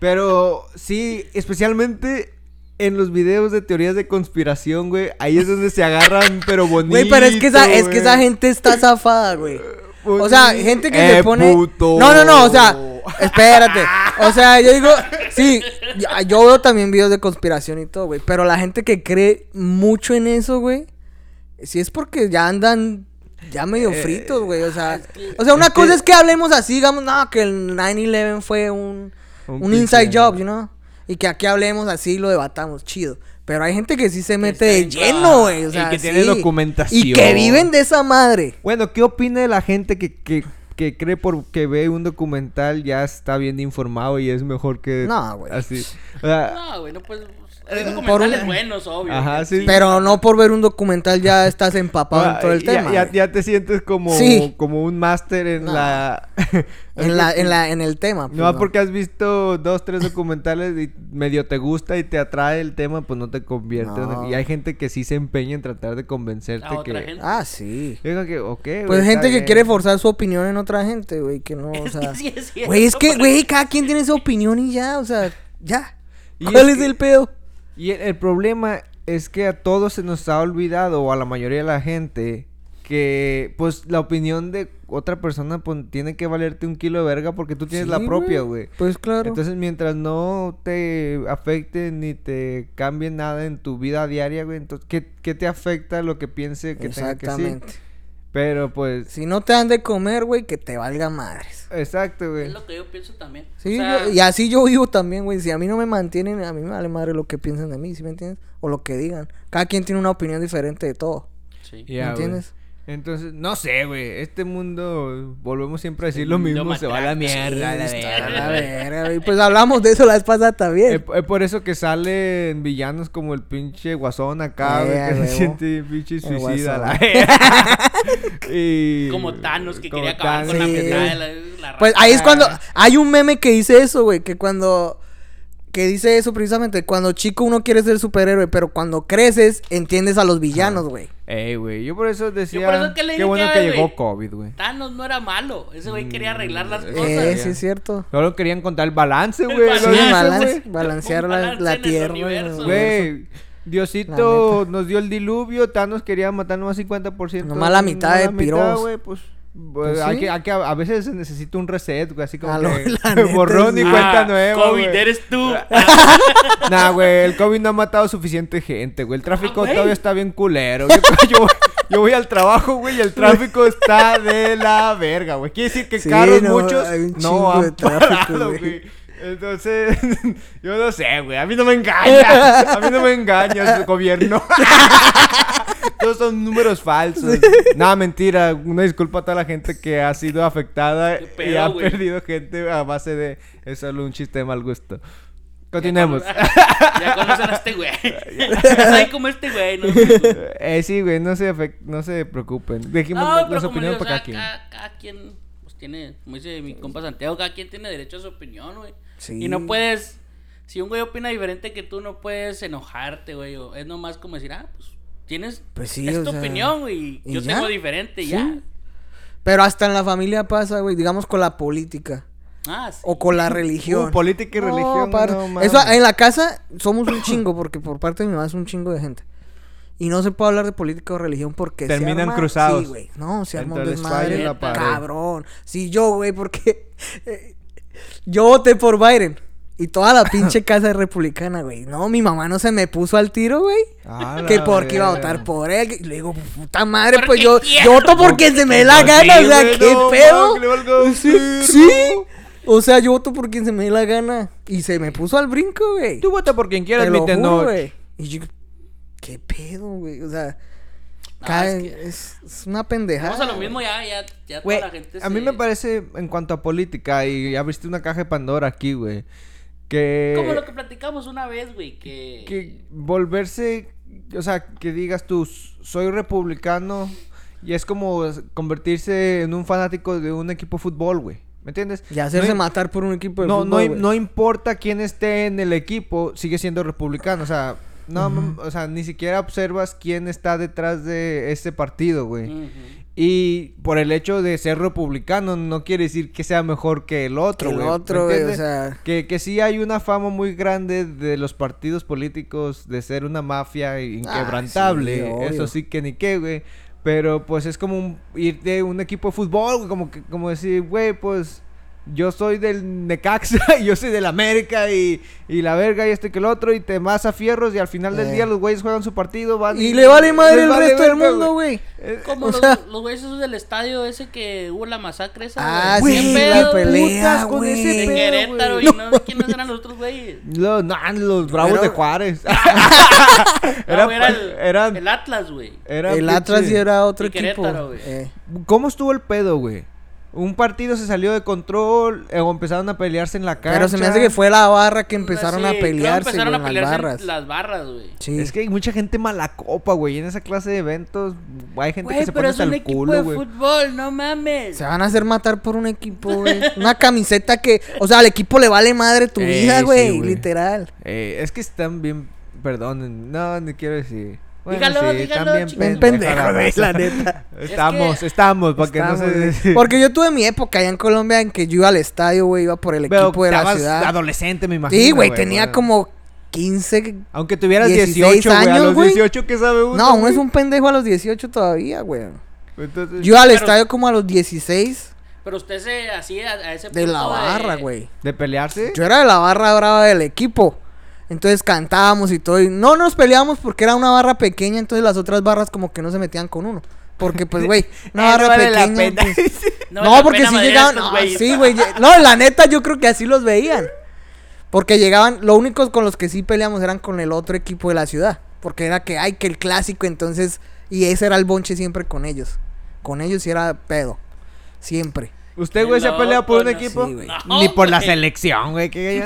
S2: Pero sí, especialmente en los videos de teorías de conspiración, güey, ahí es donde se agarran, pero bonito,
S3: Güey, pero es que esa, es que esa
S2: güey.
S3: gente está zafada, güey. O sea, gente que
S2: Eh,
S3: se pone.
S2: puto.
S3: No, no, no, o sea, espérate. O sea, yo digo, sí, ya- yo veo también videos de conspiración y todo, güey. Pero la gente que cree mucho en eso, güey, sí es porque ya andan ya medio fritos, güey. O sea, o sea,
S2: Eh, ah,
S3: una
S2: es que-
S3: cosa es que hablemos así, digamos, no, que el 9-11 fue un,
S2: Un
S3: un, inside
S2: pinche-
S3: job, you know? Y que aquí hablemos así y lo debatamos, chido. Pero hay gente que sí se mete de
S1: está en-
S3: lleno, güey. O
S2: Y
S3: sea,
S2: que tiene
S3: sí.
S2: documentación.
S3: Y que viven de esa madre.
S2: Bueno, ¿qué opina de la gente que, que, que cree porque ve un documental ya está bien informado y es mejor que...
S3: No, güey.
S2: Así. O sea,
S1: No, güey, no pues. Hay documentales
S3: un-
S1: buenos, obvio. ¿eh?
S2: Ajá,
S1: güey.
S2: sí.
S3: Pero no por ver un documental ya estás empapado en todo el
S2: ya,
S3: tema.
S2: ya-
S3: güey.
S2: ya te sientes como,
S3: Sí.
S2: como un máster en
S3: No.
S2: la...
S3: en, la, en, la, en el tema.
S2: (laughs)
S3: pues,
S2: No, porque has visto dos, tres documentales y medio te gusta y te atrae el tema, pues no te convierte. en-
S3: No.
S2: Y hay gente que sí se empeña en tratar de convencerte
S1: A otra
S2: que...
S1: gente.
S3: Ah, sí.
S2: Yo creo que, ok, güey,
S3: Pues
S2: está
S3: gente que
S2: bien.
S3: quiere forzar su opinión en otra gente, güey,
S2: (laughs)
S3: que no, o
S1: Es
S3: sea...
S1: que sí es
S3: Güey, es
S1: cierto,
S3: que,
S1: güey.
S3: güey, cada quien tiene su opinión y ya, o sea, ya.
S2: Y
S3: ¿Cuál
S2: es
S3: es,
S2: que-
S3: el pedo?
S2: Y el, el problema es que a todos se nos ha olvidado, o a la mayoría de la gente, que pues la opinión de otra persona pues, tiene que valerte un kilo de verga porque tú tienes la
S3: Sí,
S2: propia, güey.
S3: Pues claro.
S2: Entonces, mientras no te afecte ni te cambie nada en tu vida diaria, güey, entonces, ¿qué, qué te afecta lo que piense que tenga que sí?
S3: Exactamente.
S2: Pero pues,
S3: Si no te dan de comer, güey, que te valga madres.
S2: exacto, güey.
S1: Es lo que yo pienso también.
S3: Sí,
S1: O sea,
S3: yo- y así yo vivo también, güey. Si a mí no me mantienen, a mí me vale madre lo que piensen de mí, ¿sí me entiendes? O lo que digan. Cada quien tiene una opinión diferente de todo.
S1: sí.
S2: Ya, güey.
S3: entiendes?
S2: Entonces, no sé, güey. Este mundo, volvemos siempre a decir lo mismo,
S1: Este mundo
S2: se va a la
S1: matraca,
S2: mierda. a la verga.
S3: A ver, a ver, pues hablamos de eso la vez pasada también.
S2: Es es por eso que salen villanos como el pinche guasón acá,
S3: Eh,
S2: güey, que
S3: a
S2: se
S3: huevo.
S2: siente pinche suicida.
S3: Guasón.
S2: la verga.
S3: (laughs)
S2: Y-
S1: Como Thanos que
S2: como
S1: quería acabar con la
S2: Thanos.
S3: Sí.
S1: mitad de la, la
S3: Pues
S1: raza.
S3: ahí es cuando. Hay un meme que dice eso, güey. Que cuando. Que dice eso precisamente. Cuando chico uno quiere ser superhéroe. Pero cuando creces, entiendes a los villanos, güey.
S1: Ah.
S2: Ey, güey, yo por eso decía,
S1: por eso que le
S2: qué
S1: dije,
S2: bueno
S1: a
S2: que
S1: ver,
S2: llegó
S1: güey.
S2: COVID, güey.
S1: Thanos no era malo. Ese güey quería arreglar las
S2: Eh,
S1: cosas.
S3: Eh,
S2: sabía.
S3: sí, es cierto.
S2: Solo querían contar el balance, güey.
S1: balance,
S2: lo
S3: Sí,
S2: hizo,
S3: balance-
S2: güey.
S3: balancear
S1: Un
S3: la,
S1: balance
S3: la
S1: en el
S3: tierra.
S1: universo.
S2: Güey,
S3: La
S2: Diosito nos dio el diluvio, Thanos quería matar nomás 50%.
S3: Nomás la mitad de piros.
S2: güey, pues,
S3: Pues
S2: hay
S3: sí.
S2: que, hay que- a veces se necesita un reset, güey, así como
S3: A lo-
S2: que
S3: la neta
S2: (laughs) borrón
S3: sí.
S2: y
S1: Ah,
S2: cuenta nueva,
S1: COVID,
S2: güey.
S1: eres
S2: (laughs)
S1: tú. Ah,
S2: Nah, güey, el COVID no ha matado suficiente gente, güey. El tráfico
S1: Ah, güey.
S2: todavía está bien culero. Yo, (laughs) yo voy, yo voy al trabajo, güey, y el tráfico está de la verga, güey. Quiere decir que
S3: Sí,
S2: carros
S3: no,
S2: muchos
S3: hay un
S2: no
S3: chingo de
S2: han
S3: tráfico,
S2: parado,
S3: güey.
S2: güey. Entonces, (laughs) yo no sé, güey. A mí no me engañas. A mí no me engañas, gobierno. (laughs) Todos son números falsos. Nada, mentira. Una disculpa a toda la gente que ha sido afectada
S1: Qué
S2: y
S1: pedo,
S2: ha
S1: güey.
S2: perdido gente a base de. Es solo un chiste de mal gusto. Continuemos.
S1: (laughs) ya conocen a este
S2: (laughs)
S1: güey. (laughs) Soy como este güey, ¿no?
S2: Eh, sí, güey, no se, afec- no se preocupen. Dejemos
S1: No,
S2: la-
S1: pero
S2: las
S1: como digo,
S2: opiniones
S1: o
S2: para
S1: sea,
S2: cada quien.
S1: cada, cada quien pues, tiene, como dice mi compa Santiago, cada quien tiene derecho a su opinión, güey.
S3: Sí.
S1: Y no puedes, si un güey opina diferente que tú, no puedes enojarte, güey. o- Es nomás como decir, ah, pues tienes,
S3: Pues sí,
S1: es
S3: o
S1: tu
S3: sea,
S1: opinión, güey.
S3: ¿y
S1: Yo
S3: ya?
S1: tengo diferente, y
S3: Sí.
S1: ya.
S3: Pero hasta en la familia pasa, güey. Digamos con la política.
S1: Ah, sí.
S3: O con la religión.
S2: Uh, política y
S3: No,
S2: religión.
S3: par-
S2: no mames.
S3: Eso en la casa somos un chingo, porque por parte de mi mamá es un chingo de gente. Y no se puede hablar de política o religión porque se
S2: Terminan
S3: arma-
S2: cruzados.
S3: Sí, güey. No, se arma un
S2: Entre el espalda
S1: y
S3: desmadre.
S1: la pared.
S3: Cabrón. Sí, yo, güey, porque eh, yo voté por Biden. Y toda la
S2: (laughs)
S3: pinche casa es republicana, güey. No, mi mamá no se me puso al tiro, güey.
S2: Ah,
S3: Que
S2: la
S3: porque iba a
S2: verga.
S3: votar por él. Y Le digo, puta madre,
S1: Porque
S3: pues yo,
S1: quiero.
S3: yo voto porque se me dé la
S2: Pues
S3: gana.
S2: sí,
S3: o sea,
S2: güey,
S3: ¿qué
S2: no,
S3: pedo?
S2: que
S3: Pues
S2: le valga un
S3: Sí.
S2: circo.
S3: O sea, yo voto por quien se me dé la gana. Y se me puso al brinco, güey.
S2: Tú vota por quien
S3: Te
S2: quieras,
S3: lo
S2: mi
S3: juro,
S2: tenor.
S3: güey. Y yo, ¿qué pedo, güey? O sea,
S1: No,
S3: cada-
S1: Ah, es
S3: es,
S1: que-
S3: es una pendejada.
S1: Vamos a lo mismo ya, ya, ya
S2: Güey,
S1: toda la gente
S2: a mí
S1: se-
S2: me parece, en cuanto a política, y abriste una caja de Pandora aquí, güey. Que.
S1: Como lo que platicamos una vez, güey, que...
S2: que volverse, o sea, que digas tú, soy republicano y es como convertirse en un fanático de un equipo de fútbol, güey. ¿Me entiendes?
S3: Y hacerse
S2: no, im-
S3: matar por un equipo de
S2: no, no,
S3: fútbol,
S2: im-
S3: güey.
S2: no importa quién esté en el equipo, sigue siendo republicano, o sea, no, mam- o sea, ni siquiera observas quién está detrás de ese partido, güey.
S1: Ujú.
S2: Y por el hecho de ser republicano no quiere decir que sea mejor que el otro,
S3: Que el
S2: güey. ¿me
S3: otro, güey, o
S2: entiendes?
S3: sea.
S2: Que, que sí hay una fama muy grande de los partidos políticos de ser una mafia inquebrantable.
S3: Ah, sí, Ah, obvio.
S2: Eso sí que ni qué, güey. Pero pues es como un- ir de un equipo de fútbol, güey, como, que, como decir, güey, pues yo soy del Necaxa (laughs) y yo soy del América y, y la verga y esto y que el otro y te vas a fierros y al final del
S3: Eh.
S2: día los güeyes juegan su partido, van
S3: Y le vale madre
S2: les
S3: el
S2: vale
S3: resto del
S2: verga,
S3: mundo, güey.
S2: Eh,
S1: Como
S3: O
S1: los,
S3: sea-
S1: los güeyes esos del estadio ese que hubo la masacre esa.
S3: Ah,
S1: güey.
S2: Güey,
S3: sí,
S1: ¿Qué
S3: la
S1: pedo, güey?
S3: pelea,
S2: putas con
S3: güey.
S2: ese
S1: De
S2: pedo,
S1: Querétaro
S2: güey.
S1: y no, sé quiénes eran los otros güeyes.
S2: Los, no, los bravos
S3: Pero-
S2: de
S3: (laughs)
S2: Juárez.
S1: No,
S2: Era-
S1: era el,
S2: eran-
S1: el Atlas, güey.
S2: Era
S3: El
S2: pinche-
S3: Atlas sí era otro
S1: Y
S3: equipo.
S1: Querétaro, güey.
S3: Eh,
S2: ¿Cómo estuvo el pedo, güey? Un partido se salió de control eh, o empezaron a pelearse en la cancha.
S3: Pero se me hace que fue la barra que
S1: Pues
S3: empezaron
S1: Sí,
S3: a
S1: creo que
S3: pelearse,
S1: Empezaron
S3: güey,
S1: a
S3: en las
S1: pelearse en
S3: barras.
S1: las barras, güey.
S3: Sí.
S2: Es que hay mucha gente mala copa, güey. En esa clase de eventos hay gente que se pone hasta el culo, güey.
S1: fútbol, no mames.
S3: Se van a hacer matar por un equipo, güey. Una camiseta que, o sea, al equipo le vale madre tu
S2: Eh,
S3: vida,
S2: sí,
S3: güey,
S2: güey.
S3: literal.
S2: Eh, es que están bien... Perdonen. No, no quiero decir...
S1: Dígalo, dígalo, chico.
S3: Bien
S2: pendeja
S3: pendejo,
S2: la
S3: güey,
S2: raza. (laughs)
S3: la neta.
S2: Estamos,
S1: Es que-
S2: estamos, para que no
S3: Estamos,
S2: se...
S3: güey. Porque yo tuve mi época allá en Colombia en que yo iba al estadio, güey, iba por el
S2: Pero
S3: equipo de la
S2: estabas
S3: ciudad.
S2: adolescente, me imagino,
S3: Sí, güey, tenía
S2: bueno.
S3: como 15.
S2: Aunque tuvieras
S3: 16
S2: 18, güey. A
S3: años,
S2: los
S3: güey.
S2: 18, ¿qué sabe uno?
S3: No, uno
S2: güey?
S3: es un pendejo a los 18 todavía, güey.
S2: Entonces,
S3: Yo iba al
S1: Pero-
S3: estadio como a los 16
S1: Pero usted se hacía a ese
S3: de la
S1: punto
S3: barra, güey.
S2: ¿De pelearse?
S3: Yo era de la barra brava del equipo. Entonces cantábamos y todo. Y no nos peleábamos porque era una barra pequeña. Entonces las otras barras como que no se metían con uno. Porque, pues,
S1: (laughs)
S3: güey, una
S2: Eh,
S3: barra
S2: no vale la
S3: pequeña.
S2: pena.
S3: pues, (laughs) No,
S1: vale la
S3: porque
S1: pena
S3: si
S1: madrear a
S3: llegaban.
S1: estos
S3: no,
S1: güeyes. (laughs)
S3: sí, (laughs) güey. lle- No, la neta, yo creo que así los veían. Porque llegaban. Los únicos con los que sí peleamos eran con el otro equipo de la ciudad. Porque era que, ay, que el clásico, entonces. Y ese era el bonche siempre con ellos. con ellos sí era pedo. Siempre.
S2: ¿Usted, güey, se ha
S1: No,
S2: peleado por un
S1: con-
S2: equipo?
S3: sí, güey.
S1: No,
S2: Ni por la
S1: güey.
S2: selección, güey. Que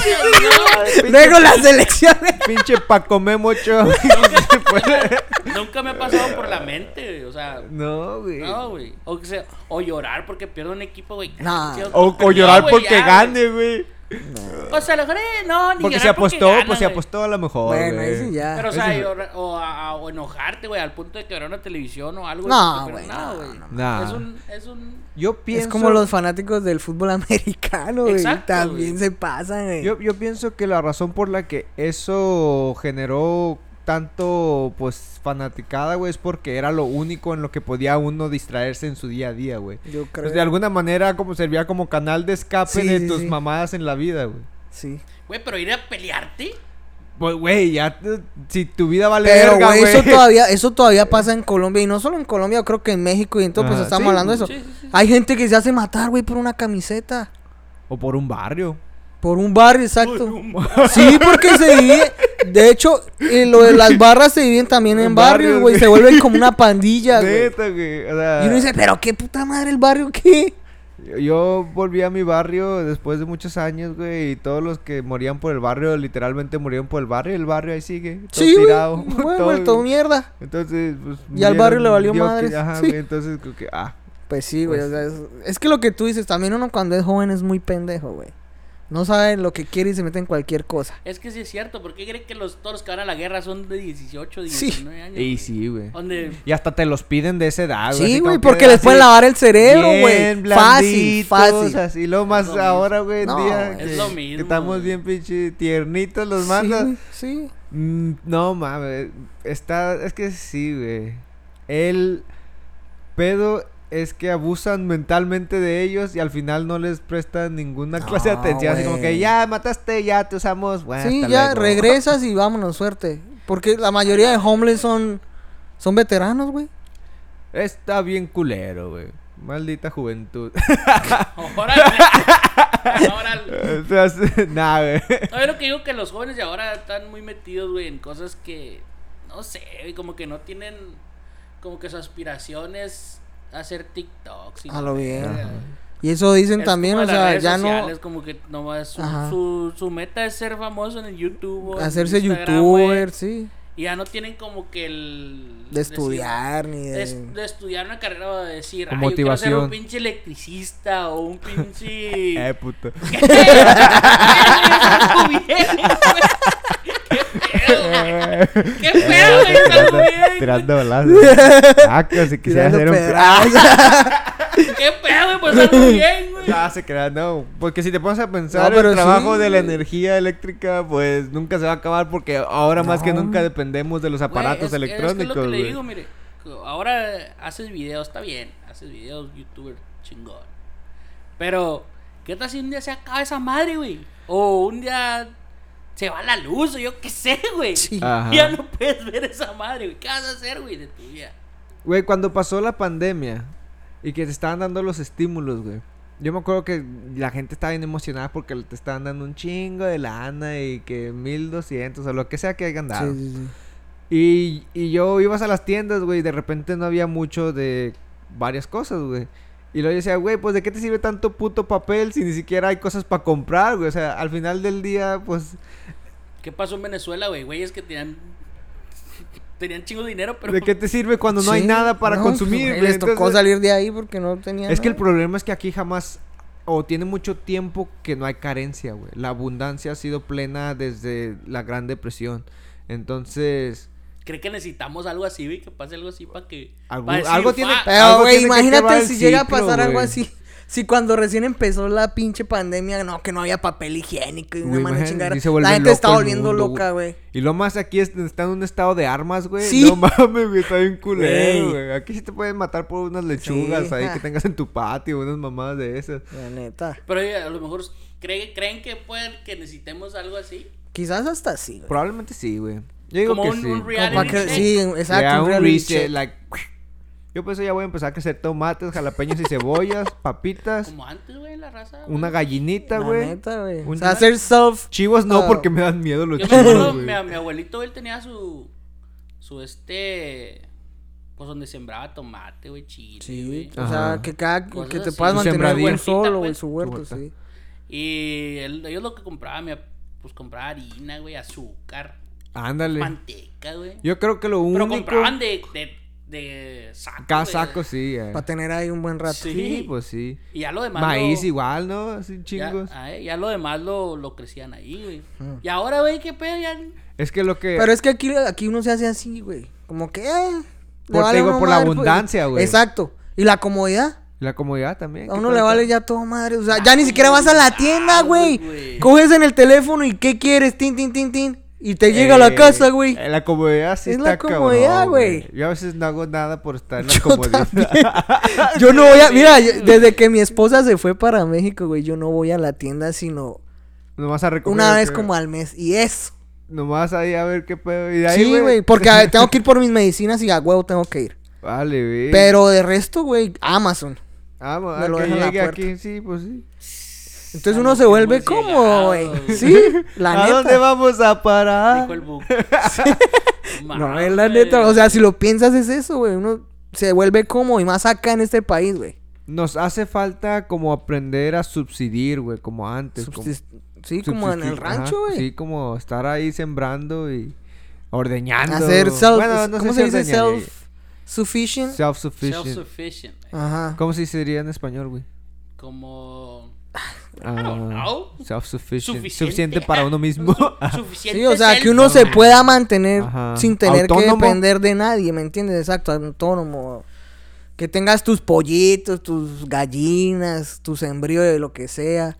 S1: (laughs)
S2: yo-
S3: Luego las elecciones.
S2: (laughs) Pinche pa' comer mucho.
S1: Nunca me ha pasado por la mente, güey, o sea.
S2: (laughs) no, güey.
S1: No, güey. O, que sea, o llorar porque pierdo un equipo, güey.
S3: Nah.
S1: Sí,
S2: O, o
S1: no,
S2: llorar
S1: güey,
S2: porque
S1: ya, güey.
S2: gane, güey.
S1: O sea, a lo mejor, eh, no, ni
S2: Porque se
S1: llorar
S2: apostó,
S1: gana,
S2: pues se
S1: güey.
S2: apostó a lo mejor.
S3: Bueno,
S2: güey.
S3: ahí sí ya.
S1: Pero, o sea,
S2: Ese-
S1: llorar- o, a- a- o enojarte, güey, al punto de quebrar una televisión o algo.
S3: No,
S1: pero
S3: güey,
S1: No,
S3: no,
S1: güey.
S2: no, no.
S1: Es un. Es un...
S2: Yo pienso.
S3: Es como los fanáticos del fútbol (laughs) americano, güey.
S1: Exacto,
S3: También
S1: güey.
S3: se pasan, güey.
S2: Yo, yo pienso que la razón por la que eso generó tanto, pues, fanaticada, güey, es porque era lo único en lo que podía uno distraerse en su día a día, güey.
S3: Yo creo.
S2: Pues de alguna manera como servía como canal de escape
S3: Sí,
S2: de
S3: sí,
S2: tus
S3: sí.
S2: mamadas en la vida, güey.
S3: Sí.
S1: Güey, pero ir a pelearte.
S2: Pues, güey, ya, te- si tu vida vale
S3: Pero,
S2: verga,
S3: güey,
S2: güey.
S3: eso todavía, eso todavía pasa en Colombia. Y no solo en Colombia, yo creo que en México y en todo, pues
S2: Ah,
S3: estamos
S2: sí,
S3: hablando de eso.
S1: Sí, sí, sí.
S3: Hay gente que se hace matar, güey, por una camiseta.
S2: O por un barrio.
S3: Por un barrio, exacto.
S1: un
S3: Sí, porque se divide. De hecho, eh, lo de
S2: (laughs)
S3: las barras se dividen también en,
S2: En
S3: barrios,
S2: barrios,
S3: güey.
S2: güey.
S3: Se vuelven como una
S2: (laughs)
S3: pandilla, güey.
S2: (laughs) Neta, güey. o sea,
S3: Y uno dice, pero qué puta madre el barrio, ¿qué?
S2: yo- Yo volví a mi barrio después de muchos años, güey, y todos los que morían por el barrio literalmente murieron por el barrio, y el barrio ahí sigue, (laughs) todo
S3: Sí,
S2: tirado,
S3: güey. Bueno, vuelto mierda.
S2: Entonces, pues.
S3: Y al
S2: vieron,
S3: barrio le valió
S2: vio que-
S3: madres,
S2: ajá,
S3: sí.
S2: güey, entonces creo que. Ah.
S3: Pues sí, güey.
S2: Pues
S3: o sea, es, es que lo que tú dices, también uno cuando es joven es muy pendejo, güey. No sabe lo que quiere y se mete en cualquier cosa.
S1: Es que sí es cierto. ¿Por qué creen que los, todos los que van a la guerra son de 18,
S3: Sí.
S1: 19 años?
S2: Y sí, güey.
S1: Donde. (laughs)
S2: Y hasta te los piden de esa edad, güey.
S3: Sí,
S2: así
S3: güey,
S2: como que
S3: porque les
S2: así,
S3: pueden lavar el cerebro, güey.
S2: bien
S3: Fácil,
S2: blanditos,
S3: fácil.
S2: Así, lo más
S1: lo mismo.
S2: ahora, güey, en
S3: No,
S2: día.
S3: güey.
S1: Es
S2: que-
S1: lo
S2: que
S1: mismo,
S2: estamos
S1: güey.
S2: bien, pinche tiernitos los
S3: Sí,
S2: mandas.
S3: güey, sí.
S2: Mm, no mames, está, es que sí, güey. El pedo es que abusan mentalmente de ellos y al final no les prestan ninguna clase
S3: No,
S2: de atención. Así como que
S3: güey.
S2: ya mataste, ya te usamos. Bueno,
S3: Sí,
S2: Ah, hasta
S3: ya
S2: luego.
S3: regresas y vámonos, suerte. Porque la mayoría de homeless son, son veteranos, güey.
S2: Está bien culero, güey. Maldita juventud. (laughs)
S1: Órale. Órale.
S2: O sea, sí, (laughs) nah, güey.
S1: No, yo lo que digo que los jóvenes de ahora están muy metidos, güey, en cosas que, no sé, güey, como que no tienen, como que su aspiración es hacer TikToks. y
S3: A lo
S1: la
S3: bien.
S1: verga, güey.
S3: Y eso dicen
S1: Es
S3: también,
S1: como
S3: o
S1: las
S3: sea,
S1: redes
S3: ya
S1: sociales, como que nomás su,
S3: Ajá.
S1: su, su meta es ser famoso en el YouTube. o
S3: no
S1: en
S3: hacerse
S1: Instagram, güey,
S3: youtuber, sí.
S1: Y ya no tienen como que el...
S3: De estudiar, eh. ni
S1: De,
S3: de...
S1: es- de estudiar una carrera o de decir,
S2: O
S1: "Ay, yo quiero ser un
S2: motivación.
S1: pinche electricista o un pinche...
S2: (laughs) Eh, puto.
S1: ¿Qué? ¿Qué? (laughs) ¿Qué pedo, güey? Está muy bien.
S2: Tirando balazos.
S3: (laughs)
S2: Ah, que si quisiera hacer
S3: tirando
S2: un. (laughs)
S3: pedradas.
S1: ¿Qué pedo, güey? Pues está muy bien, güey.
S2: Ah, se crea, no. Porque si te pones a pensar
S3: No, pero
S2: el trabajo
S3: sí.
S2: de la energía eléctrica, pues nunca se va a acabar porque ahora más que
S3: No.
S2: nunca dependemos de los
S1: Güey,
S2: aparatos
S1: es- Es
S2: electrónicos,
S1: que es lo que
S2: güey.
S1: le digo, mire. que Ahora haces videos, está bien. Haces videos, youtuber, chingón. Pero, ¿qué tal si un día se acaba esa madre, güey? O un día se va la luz, o yo qué sé, güey.
S3: Sí.
S2: Ajá.
S1: Ya no puedes ver esa madre, güey. ¿Qué vas a hacer, güey, de tu vida?
S2: Güey, cuando pasó la pandemia y que te estaban dando los estímulos, güey. Yo me acuerdo que la gente estaba bien emocionada porque te estaban dando un chingo de lana y que 1200 o lo que sea que hayan dado.
S3: Sí, sí, sí.
S2: Y, y yo ibas a las tiendas, güey, y de repente no había mucho de varias cosas, güey. Y luego yo decía, güey, pues de qué te sirve tanto puto papel si ni siquiera hay cosas para comprar, güey. O sea, al final del día, pues,
S1: ¿Qué pasó en Venezuela, güey? Güeyes que tenían. Tenían chingo de dinero, pero. pues
S2: ¿de qué te sirve cuando no hay
S3: Sí,
S2: nada para
S3: no,
S2: consumir,
S3: güey,
S2: güey?
S3: Les tocó
S2: Entonces,
S3: salir de ahí porque no tenían
S2: Es que el
S3: nada.
S2: problema es que aquí jamás, o tiene mucho tiempo que no hay carencia, güey. La abundancia ha sido plena desde la Gran Depresión. Entonces,
S1: ¿Cree que necesitamos algo así, güey? Que pase algo así para que.
S2: Algún-
S1: pa' decir,
S2: algo tiene-
S1: "Fuck".
S3: Pero,
S2: algo
S3: güey,
S2: tiene que quebrar
S3: imagínate
S2: el
S3: si llega a
S2: ciclo,
S3: pasar algo
S2: güey.
S3: así. Si cuando recién empezó la pinche pandemia, no, que no había papel higiénico y una
S2: Güey,
S3: mano
S2: imagínate,
S3: chingada.
S2: y se vuelve
S3: La gente está
S2: loco el
S3: volviendo
S2: mundo,
S3: loca, güey.
S2: Y lo más aquí es- está en un estado de armas, güey.
S3: Sí.
S2: No mames, güey, está bien culero,
S3: Güey.
S2: güey. Aquí sí te pueden matar por unas lechugas
S3: Sí. (laughs)
S2: ahí que tengas en tu patio, unas mamadas de esas.
S3: La neta.
S1: Pero oye, a lo mejor. ¿cree- ¿Creen que pueden que necesitemos algo así?
S3: Quizás hasta sí, güey.
S2: Probablemente sí, güey. Yo digo
S1: Como
S2: que
S1: un-
S2: sí.
S1: un reality
S3: Pa' que-
S1: check.
S3: Sí,
S2: Le da
S3: exacto.
S2: un
S3: reality
S2: reset,
S3: check.
S2: like, Yo por eso ya voy a empezar a crecer tomates, jalapeños y cebollas, (laughs) papitas,
S1: Como antes, güey, la raza. güey.
S2: una gallinita,
S3: La
S2: güey.
S3: neta, güey. O
S2: Un
S3: sea,
S2: snack.
S3: hacer self.
S2: Chivos no,
S3: Ah.
S2: porque me dan (laughs) miedo los
S1: Yo me acuerdo,
S2: chivos, güey.
S1: mi, mi abuelito, él tenía su. Su este. Pues donde sembraba tomate, güey, chile,
S3: Sí,
S1: güey.
S3: o sea,
S2: Ajá.
S3: que, cada,
S1: Cosas
S3: que te
S1: así.
S3: puedas
S2: Su
S3: mantener
S2: sembradío.
S3: bien solo,
S1: Huertita,
S3: güey,
S1: pues.
S3: su huerto,
S2: huerta.
S3: sí.
S1: Y él, ellos lo que compraban, mi ap- pues compraba harina, güey, azúcar,
S2: Ándale.
S1: manteca, güey.
S2: Yo creo que lo
S1: Pero
S2: único.
S1: compraban de, de, de saco,
S2: Cada
S1: güey.
S2: saco sí. eh.
S3: Para tener ahí un buen rato.
S1: Sí.
S2: Sí, pues sí.
S1: Y ya lo demás.
S2: Maíz
S1: lo-
S2: igual, ¿no? Así
S1: ya,
S2: chingos.
S1: ah, eh, ya lo demás lo, lo crecían ahí, güey.
S3: Hmm.
S1: Y ahora, güey, qué pedo, ya.
S2: Es que lo que.
S3: Pero es que aquí, aquí uno se hace así, güey. Como que, eh, le
S2: Por- te
S3: vale a
S2: digo,
S3: uno
S2: por la
S3: madre, pues.
S2: abundancia, güey.
S3: Exacto. Y la comodidad.
S2: La comodidad también.
S3: A
S2: ¿qué
S3: uno le
S2: tanto?
S3: vale ya todo madre. O sea, ya ni siquiera vas a la tienda, güey.
S1: güey.
S3: Coges en el teléfono y ¿qué quieres? Tin, tin, tin, tin. Y te llega a la
S2: Eh,
S3: casa, güey.
S2: eh, La comodidad sí
S3: Es
S2: está
S3: la comodidad,
S2: cabrón,
S3: güey.
S2: Yo a veces no hago nada por estar en la
S3: (laughs) Yo
S2: comodidad.
S3: también.
S2: eh,
S3: Yo no voy a. Mira, yo- desde que mi esposa se fue para México, güey, yo no voy a la tienda sino
S2: (laughs) Nomás a recoger.
S3: una vez
S2: creo.
S3: como al mes. Y eso.
S2: Nomás ahí a ver qué pedo. Y de ahí,
S3: Sí, güey. Porque
S2: (laughs)
S3: a- tengo que ir por mis medicinas y a huevo tengo que ir.
S2: Vale, güey.
S3: Pero de resto, güey, Amazon.
S2: Vamos,
S3: me
S2: a
S3: lo
S2: que
S3: dejan en la
S2: llegue
S3: puerta.
S2: aquí. Sí, pues sí.
S3: Entonces
S1: Ah,
S3: uno
S1: no,
S3: se
S1: qué
S3: vuelve
S1: emocionado,
S3: como, güey.
S1: güey.
S2: (laughs)
S1: (laughs)
S3: Sí, la
S2: ¿A dónde
S3: neta.
S2: vamos a parar?
S1: Dijo el
S3: (laughs)
S1: bu.
S3: No, es la neta. O sea, si lo piensas es eso, güey. Uno se vuelve como y más acá en este país, güey.
S2: Nos hace falta como aprender a subsidir, güey, como antes. como-
S3: Subsist- Sí, como en el
S2: subsistir, ajá.
S3: rancho, güey.
S2: Sí, como estar ahí sembrando y ordeñando.
S3: Hacer self,
S2: Bueno, no sé
S3: ¿cómo
S2: si
S3: se dice
S2: ordeñar, eh,
S3: self sufficient?
S2: Self-sufficient.
S1: Self-sufficient. güey.
S3: Ajá.
S2: ¿Cómo se sería en español, güey?
S1: Como. don't
S2: Ah,
S1: know.
S2: Self-sufficient.
S1: Suficiente.
S2: Suficiente para
S1: (laughs)
S2: uno mismo. (laughs)
S1: Suficiente.
S3: Sí, o sea,
S1: self-
S3: que uno se pueda mantener
S2: Ajá.
S3: sin tener que
S2: Autónomo.
S3: depender de nadie, ¿me entiendes? Exacto, autónomo. Que tengas tus pollitos, tus gallinas, tus sembríos de lo que sea.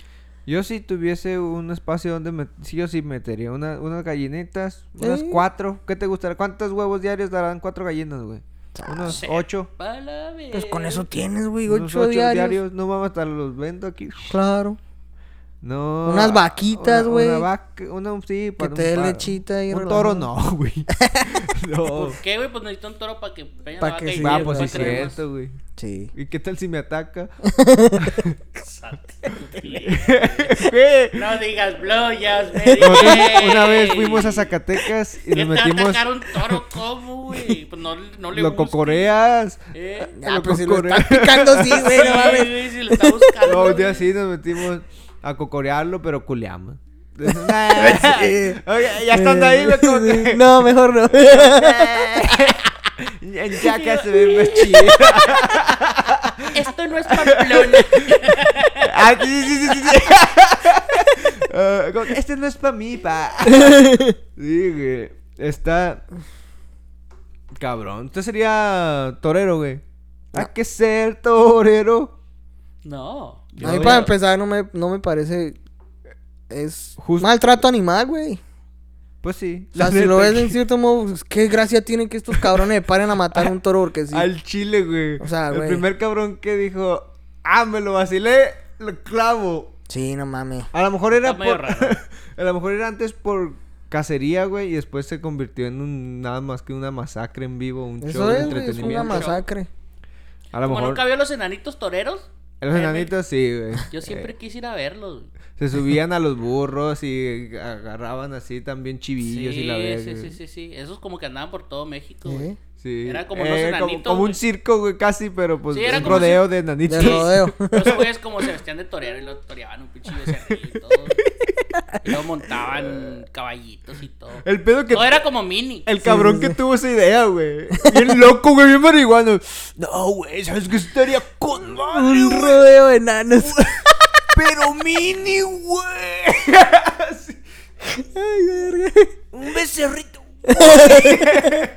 S2: Yo si tuviese un espacio donde me... sí, yo sí metería una- unas gallinitas, unas
S3: Sí.
S2: cuatro. ¿Qué te gustaría? ¿Cuántos huevos diarios darán cuatro gallinas, güey? Unos
S1: sé.
S2: ocho.
S1: Pa' la
S3: Pues con
S1: verga.
S3: eso tienes, güey,
S2: Unos
S3: ocho, diarios.
S2: No vamos a estar los vendo aquí.
S3: Claro.
S2: No.
S3: Unas
S2: ah,
S3: vaquitas,
S2: una-
S3: güey.
S2: Una vaca, una, sí, para
S3: te dé
S2: para-
S3: lechita y
S2: Un
S3: relajado.
S2: toro no, (laughs)
S3: (laughs)
S2: güey. no.
S1: ¿Por qué, güey? Pues necesito un toro para que. vaya
S3: Pa'
S1: la
S3: que
S1: vaca y
S3: sí,
S2: Va,
S1: llegue,
S2: pues sí
S1: pa'
S2: es
S1: traer más.
S2: cierto, güey.
S3: Sí.
S2: ¿Y qué tal si me
S3: (laughs)
S2: ataca? Güey,
S1: No digas blowjobs,
S2: (laughs) Nosotros
S1: Mary
S2: una
S1: Jane.
S2: vez fuimos a Zacatecas y
S1: ¿Qué
S2: nos
S1: te va a
S2: metimos...
S1: atacar un toro cómo, güey? Pues no, no le
S2: Lo
S1: busques,
S2: cocoreas.
S1: ¿eh?
S3: Ah,
S2: Lo
S3: pues si lo
S2: cocoreo.
S3: están picando, sí, güey, no
S1: Sí,
S3: mames.
S1: güey, si lo está buscando.
S2: No, un día
S1: güey.
S2: sí nos metimos a cocorearlo, pero
S3: (laughs)
S2: culeamos. Oye,
S3: Eh,
S2: ya estando ahí,
S3: (laughs)
S2: güey, como que...
S3: No, mejor no.
S2: (laughs) En Chaca se ve
S3: (laughs)
S2: más chido.
S1: Esto no es Pamplona. (laughs)
S2: Ah, sí, sí, sí, sí, sí.
S3: (laughs)
S2: Ah, como que, este no es para mí, pa. sí, güey. Está. Cabrón. Usted sería torero, güey.
S3: Ah.
S2: Hay que ser torero.
S1: No.
S3: A mí, para empezar, no me, no me parece. Es
S2: Jus-
S3: maltrato animal, güey.
S2: Pues sí.
S3: O sea,
S2: la
S3: si lo
S2: neta
S3: ves en cierto modo, pues, qué gracia tiene que estos cabrones paren a matar un toro porque sí.
S2: que- Al chile, güey.
S3: O sea,
S2: El
S3: güey.
S2: primer cabrón que dijo, ah, me lo vacilé, lo clavo.
S3: Sí, no mames.
S2: A lo mejor era
S1: Está medio
S2: por...
S1: raro.
S2: (laughs) a lo mejor era antes por cacería, güey, y después se convirtió en un, nada más que una masacre en vivo, un show
S3: Eso
S2: de
S3: es, güey, es una
S2: entretenimiento.
S3: masacre.
S2: a lo
S1: Como
S2: mejor
S1: nunca vio a los enanitos toreros,
S2: los enanitos sí, güey.
S1: yo siempre quise ir a verlos. güey.
S2: Se subían a los burros y agarraban así también
S1: Sí,
S2: chivillos y la verga.
S1: sí, sí, sí, sí. Esos como que andaban por todo México,
S2: Eh.
S1: güey.
S3: Sí.
S2: Sí. Eh,
S1: Era como los
S2: como,
S1: enanitos,
S2: como un
S1: güey.
S2: circo, güey, casi, pero pues
S1: Sí, era
S2: un
S1: como
S2: rodeo
S1: si-
S2: de enanitos.
S3: De rodeo.
S1: Pero (laughs) esos güeyes como se vestían de torero y lo toreaban un pinche becerril y todo. Y luego montaban caballitos y todo.
S2: El pedo que
S1: Todo era como mini.
S2: El cabrón que tuvo esa idea, güey. Bien loco, güey, bien marihuano. No, güey, ¿sabes qué estaría con madre,
S3: Un
S2: güey?
S3: rodeo de enanos.
S2: Pero mini, güey. (laughs) Sí.
S3: Ay, verga.
S2: Un becerrito.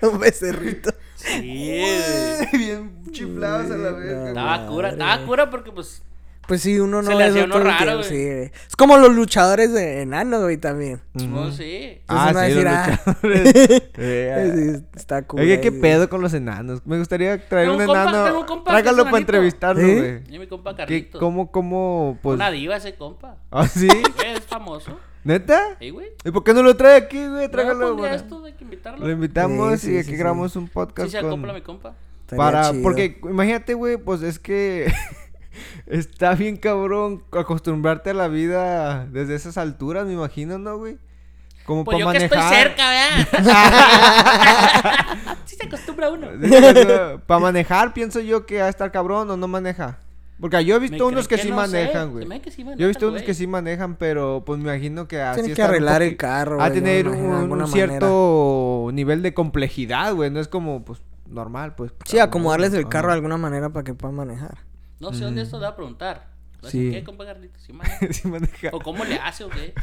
S3: Un becerrito.
S1: Sí, güey.
S3: Eh.
S2: güey. (laughs) Bien chiflados a la vez.
S1: Estaba cura, estaba cura porque pues
S3: Pues sí, uno no
S1: Se le
S3: es
S1: hacía uno
S3: otro
S1: raro,
S3: tiempo,
S1: güey.
S3: sí, güey. Es como los luchadores de enanos, güey, también.
S1: No sé.
S3: Entonces uno va a decir, ah. (laughs) Sí, está cool.
S2: ah. Oye, qué
S3: güey.
S2: pedo con los enanos. Me gustaría traer
S1: Tengo
S2: un
S1: un compa- tengo
S2: enano.
S1: un compa que es
S2: Trágalo para
S1: enanito.
S2: entrevistarlo,
S3: ¿Sí?
S2: güey.
S1: Y mi compa
S2: ¿Qué-
S1: Carlitos.
S2: ¿Cómo, cómo, pues?
S1: Una diva ese compa.
S2: ¿Ah, sí?
S1: Güey, Es famoso.
S2: ¿Neta?
S1: Ey, güey.
S2: ¿Y por qué no lo trae aquí, güey?
S1: No,
S2: Trágalo,
S1: pues, ya
S2: güey.
S1: esto hay que invitarlo.
S2: Lo invitamos
S3: Sí, sí,
S2: y aquí
S3: sí,
S2: grabamos un
S1: Sí
S2: podcast
S1: se
S2: con-
S1: acopla mi compa.
S3: Estaría
S2: para
S3: chido.
S2: porque imagínate, güey, pues es que (laughs) está bien cabrón acostumbrarte a la vida desde esas alturas, me imagino, ¿no, güey? Como
S1: Pues
S2: para
S1: yo
S2: manejar.
S1: que estoy
S2: (laughs)
S1: cerca, ¿verdad? sí se acostumbra uno.
S2: para eh, manejar, pienso yo que va a estar cabrón o no maneja. Porque yo he
S1: Me
S2: visto
S1: creo
S2: unos que,
S1: que
S2: sí
S1: no sé. Se
S2: manejan, güey.
S1: me hace que sí
S2: Yo he
S1: manejan,
S2: visto unos
S1: güey.
S2: que sí manejan, pero pues me imagino que así
S3: Tienen que
S2: estar un
S3: arreglar el
S2: poqui- A
S3: carro, güey, yo me
S2: tener
S3: imagino, de
S2: un,
S3: alguna
S2: un cierto nivel de complejidad, güey. No es como, pues, normal, pues. Ah.
S3: Sí, acomodarles el
S2: Ajá.
S3: carro de alguna manera para que puedan manejar.
S1: No sé dónde esto te va a preguntar. ¿Lo hacen
S2: Sí.
S1: ¿Qué, compa Carlitos? ¿Sí maneja?
S2: (laughs) Sí maneja.
S1: ¿O cómo le hace o
S2: (laughs)
S1: qué?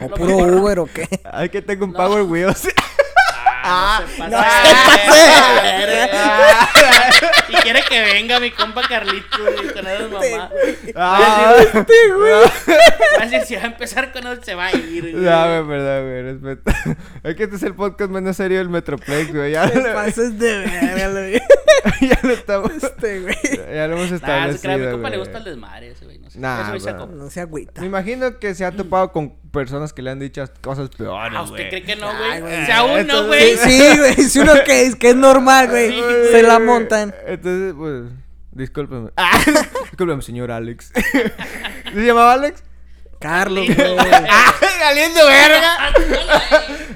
S3: O
S1: Lo
S3: puro
S1: mejor-
S3: Uber
S1: (laughs)
S3: o qué.
S2: Ay, que tengo un
S1: No. (laughs)
S2: Power Wheels.
S1: Ah, no se Y quiere que venga mi compa Carlitos güey, con esas mamás.
S2: ah, (laughs)
S1: Va a decir, si va a empezar con él, se va a ir. güey.
S2: No, güey, perdón, güey, respeto. (laughs) Es que este es el podcast menos serio del Metroplex, güey. Ya,
S3: Te
S2: lo,
S3: pases de verga, lo vi.
S2: (laughs) ya lo estamos.
S3: Este, güey.
S2: (laughs) Ya lo
S1: Nah, no
S2: hemos
S1: se
S2: establecido,
S1: crea, a mi compa
S2: güey.
S1: le gusta el desmadre ese güey. No sé.
S2: Nah,
S1: Ese güey se
S2: bro.
S1: acopla.
S3: No se agüita.
S2: Me imagino que se ha topado con personas que le han dicho cosas peores,
S1: Ah, ¿usted
S2: güey.
S1: cree que no, güey?
S3: Ay, güey.
S1: O sea, aún no,
S2: Entonces-
S1: güey.
S3: Sí, sí, güey. Si uno que es, que es normal, güey.
S1: Sí.
S3: Se la montan.
S2: Entonces, pues, discúlpeme. (laughs) Ah, discúlpeme, señor Alex. (laughs) ¿Se llamaba Alex? (laughs)
S3: Carlos,
S1: (laughs) Sí,
S3: güey.
S1: güey. ah,
S2: ¡Ah, saliendo verga!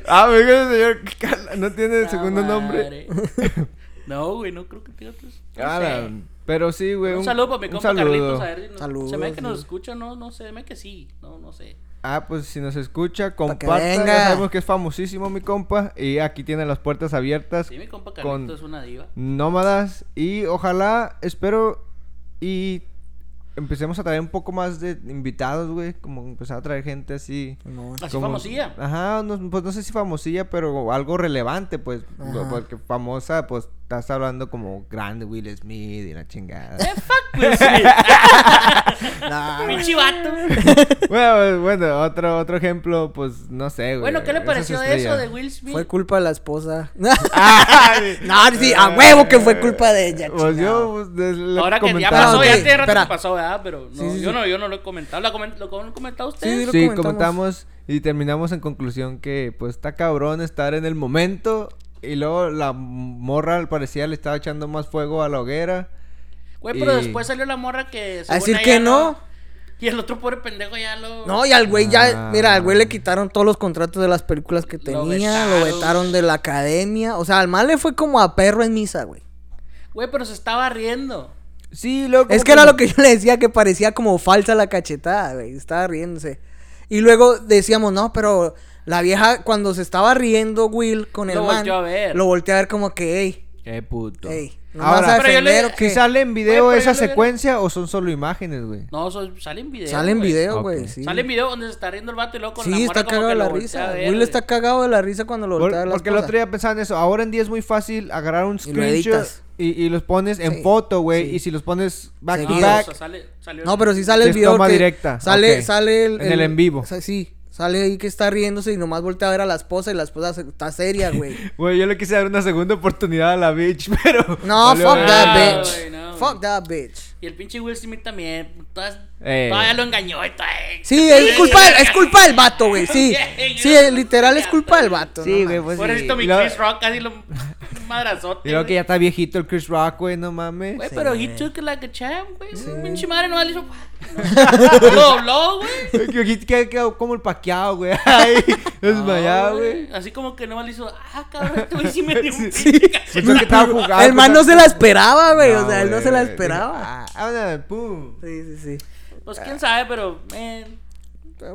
S2: Ah, me dijo el señor Carla, no tiene
S1: La
S2: segundo nombre.
S1: madre.
S2: (laughs)
S1: No, güey, no creo que tenga otros. no
S2: Ah,
S1: sé.
S2: la- Pero sí, güey.
S1: Un, saludo para mi
S2: un
S1: compa Carlitos.
S2: saludo.
S1: A ver, si nos-
S3: Saludos,
S1: se me hace que nos
S3: sí.
S1: escucha, no, no sé, se me hace que sí. No, no sé.
S2: Ah, pues si nos escucha,
S3: que
S2: comparta.
S3: venga.
S2: Ya sabemos que es famosísimo mi compa. Y aquí tiene las puertas abiertas.
S1: Sí, mi compa Carlitos
S2: Con-
S1: es una diva.
S2: nómadas y ojalá, espero y empecemos a traer un poco más de invitados, güey, como empezar a traer gente así.
S1: (laughs)
S3: No,
S1: Así
S2: como-
S1: famosilla.
S3: Ah.
S2: Ajá, no, pues no sé si famosilla, pero algo relevante, pues,
S3: Ajá.
S2: porque famosa, pues, estás hablando como grande Will Smith y la chingada.
S1: Pues
S3: (laughs)
S1: sí,
S3: no, güey.
S1: Ah, pinche vato.
S2: (laughs) bueno, pues, bueno, otro, otro ejemplo, pues, no sé, güey.
S1: Bueno, ¿qué le
S2: esas
S1: pareció de eso
S2: estrellas.
S1: de Will Smith?
S3: Fue culpa de la esposa. (laughs)
S1: Ah,
S3: no, sí, a huevo que fue culpa de ella.
S2: Ah, Pues
S3: chingado.
S2: yo, pues, de- le
S1: Ahora que ya
S2: comentaba,
S1: pasó,
S3: ok,
S1: ya tiene rato
S3: espera.
S1: que pasó, ¿verdad? Pero no,
S3: Sí, sí,
S1: yo
S3: sí.
S1: no, yo no lo he comentado. ¿Lo, comen- lo han comentado ustedes?
S3: Sí, lo
S2: Sí,
S3: comentamos.
S2: comentamos y terminamos en conclusión que pues está cabrón estar en el momento y luego la morra al parecía le estaba echando más fuego a la hoguera.
S1: Güey, pero
S2: Y-
S1: después salió la morra que.
S3: A
S1: según
S3: decir
S1: ella
S3: que no.
S1: Y el otro pobre pendejo ya lo.
S3: No, y al güey ya,
S2: Ah.
S3: mira, al güey le quitaron todos los contratos de las películas que
S1: Lo
S3: tenía, lo vetaron,
S1: vetaron.
S3: de la academia. O sea, al mal le fue como a perro en misa, güey.
S1: Güey, pero se estaba riendo.
S2: Sí, loco.
S3: Es que era lo que yo le decía que parecía como falsa la cachetada, güey. Estaba riéndose. Y luego decíamos, no, pero la vieja cuando se estaba riendo Will con el
S1: Lo
S3: man,
S1: volteó a ver.
S3: lo volteó a ver como que, ey,
S2: Qué puto.
S3: ey, no me vas a
S2: Ahora,
S1: Pero yo le-
S3: defender o
S2: ¿si
S3: qué?
S2: sale en video
S1: Güey, pero yo
S2: esa
S1: le-
S2: secuencia o son solo imágenes, güey?
S1: No, so- sale en video.
S3: Sale en
S1: güey.
S3: video,
S2: Ok.
S3: güey, sí.
S1: Sale en video donde se está riendo el vato y luego con la
S3: Sí,
S1: morra
S3: está
S1: como
S3: cagado
S1: que
S3: de la
S1: lo voltea a
S3: risa.
S1: ver,
S3: Will
S1: güey.
S3: está cagado de la risa cuando lo
S2: Por-
S3: voltea a ver las
S2: porque el otro
S3: cosas.
S2: día pensaba en eso. Ahora en día es muy fácil agarrar un
S3: Y lo
S2: screenshot
S3: editas.
S2: y, y los pones en
S3: Sí,
S2: foto, güey.
S3: sí.
S2: Y si los pones back
S1: Ah,
S2: to
S1: o
S3: Seguidos.
S1: sea,
S2: back.
S1: sale- salió-
S3: No, pero sí sale el
S2: Es
S3: video.
S2: toma
S3: que
S2: directa,
S3: Sale,
S2: ok.
S3: sale el,
S2: En el en vivo.
S3: o sea, sí, sale ahí que está riéndose y nomás voltea a ver a la esposa y la esposa se- está seria,
S2: (laughs)
S3: güey.
S2: Güey, yo le quise dar una segunda oportunidad a la bitch, (laughs) pero.
S3: No,
S2: valió
S3: fuck
S2: verga.
S3: that
S1: verga.
S3: bitch.
S1: No, güey, no,
S3: fuck that bitch.
S1: Y el pinche Will Smith también. Todas,
S2: Eh.
S1: Todavía lo engañó. y todavía- (laughs)
S3: Sí, es culpa, del- es culpa del vato, güey. Sí, sí, literal es culpa del vato.
S2: Sí,
S3: no
S2: güey,
S3: mames.
S2: pues
S1: Por
S2: sí.
S1: esto mi
S2: Y luego-
S1: Chris Rock casi
S2: (laughs)
S1: lo un madrazote.
S2: Y luego que
S1: güey.
S2: ya está viejito el Chris Rock, güey, no mames.
S1: Güey, pero he took it like a champ, güey. Pinche madre no le
S2: (laughs)
S1: hizo. Lo dobló, güey.
S2: Que que quedó como el paqueado, güey. (laughs) Ahí, desmayado,
S1: No,
S2: Pues güey.
S1: Ah, Así como que no le hizo. Ah, cabrón, este güey sí
S2: (laughs)
S1: me dio un
S2: Sí. Pues
S1: pinche cacho.
S2: Pensó que estaba jugando.
S3: El man no se la esperaba, güey.
S2: No,
S3: o sea, él no
S2: güey,
S3: se la
S2: güey.
S3: esperaba.
S2: Ah, ahora, pum.
S3: Sí, sí, sí.
S1: (laughs) Pues quién sabe, pero. Man,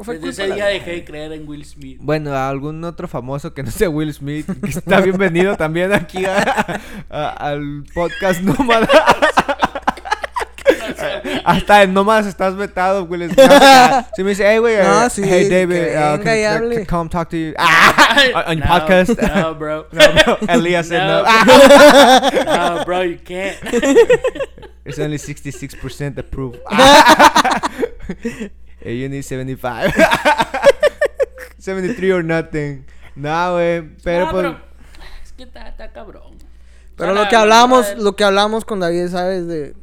S3: Fue
S1: desde
S3: culpa
S1: ese
S3: de la
S1: día dejé de creer en Will Smith.
S2: Bueno, a algún otro famoso que no sea Will Smith, que está bienvenido también aquí a- a- al podcast Nómada. (laughs) Hasta en Nómadas estás vetado, Will Smith. Si me dice, hey, güey,
S3: No,
S2: eh,
S3: sí,
S2: hey, David,
S3: que
S2: uh,
S3: venga y
S2: can-
S3: hable.
S2: can come talk to you. Ah, (laughs) (laughs) on your
S1: No,
S2: podcast.
S1: No, bro.
S2: (laughs) no, bro, Elías said no. Ah, (laughs)
S1: bro. No, bro, you can't.
S2: It's only 66%
S3: (laughs)
S2: approved. Eh, (laughs) you need (laughs) 75. 73 or nothing. No, güey. Pero,
S1: No,
S2: pues,
S1: Es que está, está cabrón.
S3: Pero
S1: O sea,
S3: lo que
S1: la- pues,
S3: hablamos,
S1: la-
S3: lo que hablamos con David, ¿sabes? De,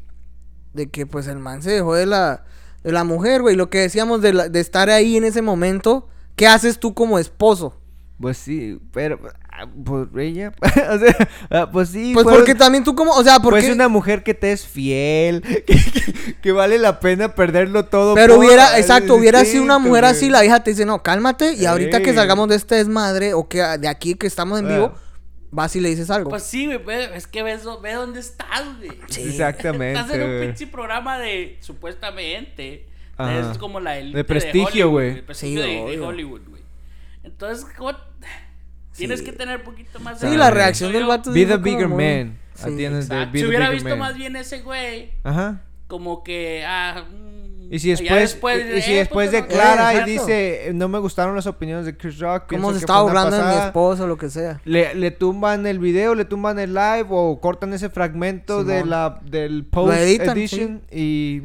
S3: de que pues el man se dejó de la, de la mujer, güey. Lo que decíamos de, la- de estar ahí en ese momento, ¿qué haces tú como esposo?
S2: Pues sí, pero. ah, Pues ella. (laughs) o sea, ah, pues sí.
S3: Pues
S2: fueron-
S3: porque también tú como, o sea, porque...
S2: pues una mujer que te es fiel, (laughs) que, que- que vale la pena perderlo todo.
S3: Pero
S2: por-
S3: hubiera, exacto, hubiera sido
S2: distinto,
S3: una mujer
S2: güey.
S3: así, la hija te dice, no, cálmate, y ahorita que
S2: Sí.
S3: salgamos de este desmadre, o que de aquí que estamos en vivo,
S2: Ah.
S3: vas y le dices algo.
S1: Pues sí, güey, ve- es que ves, ve dónde estás, güey.
S2: Exactamente.
S1: Estás en un
S2: güey.
S1: pinche programa de, supuestamente,
S2: Ajá.
S1: es como la élite
S2: De prestigio,
S1: Hollywood,
S2: güey.
S1: de prestigio
S3: Sí,
S1: de- de,
S3: obvio.
S1: Hollywood, güey. Entonces, ¿cómo? Tienes
S3: Sí.
S1: que tener poquito más
S3: sí,
S1: de-
S3: la
S2: Exacto.
S3: reacción del
S1: Yo-
S3: vato.
S2: Be the
S3: sí fue como
S2: bigger
S3: muy-
S2: man.
S3: Sí.
S2: Atiendes de
S1: Exacto.
S2: be
S1: Si
S2: the
S1: hubiera
S2: bigger
S1: visto
S2: man.
S1: más bien ese güey,
S2: Ajá.
S1: como que, ah, mm,
S2: Y si
S1: ya
S2: después, y, y si
S1: eh,
S2: después
S1: pues, no-
S2: declara
S3: Eh,
S2: y
S3: exacto.
S2: dice, no me gustaron las opiniones de Chris Rock. pienso
S3: Cómo se
S2: que
S3: estaba
S2: fue una
S3: burlando de mi
S2: pasada",
S3: esposo, lo que sea.
S2: Le, le tumban el video, le tumban el live o cortan ese fragmento de
S3: Simón.
S2: la, del post
S3: editan,
S2: edition y...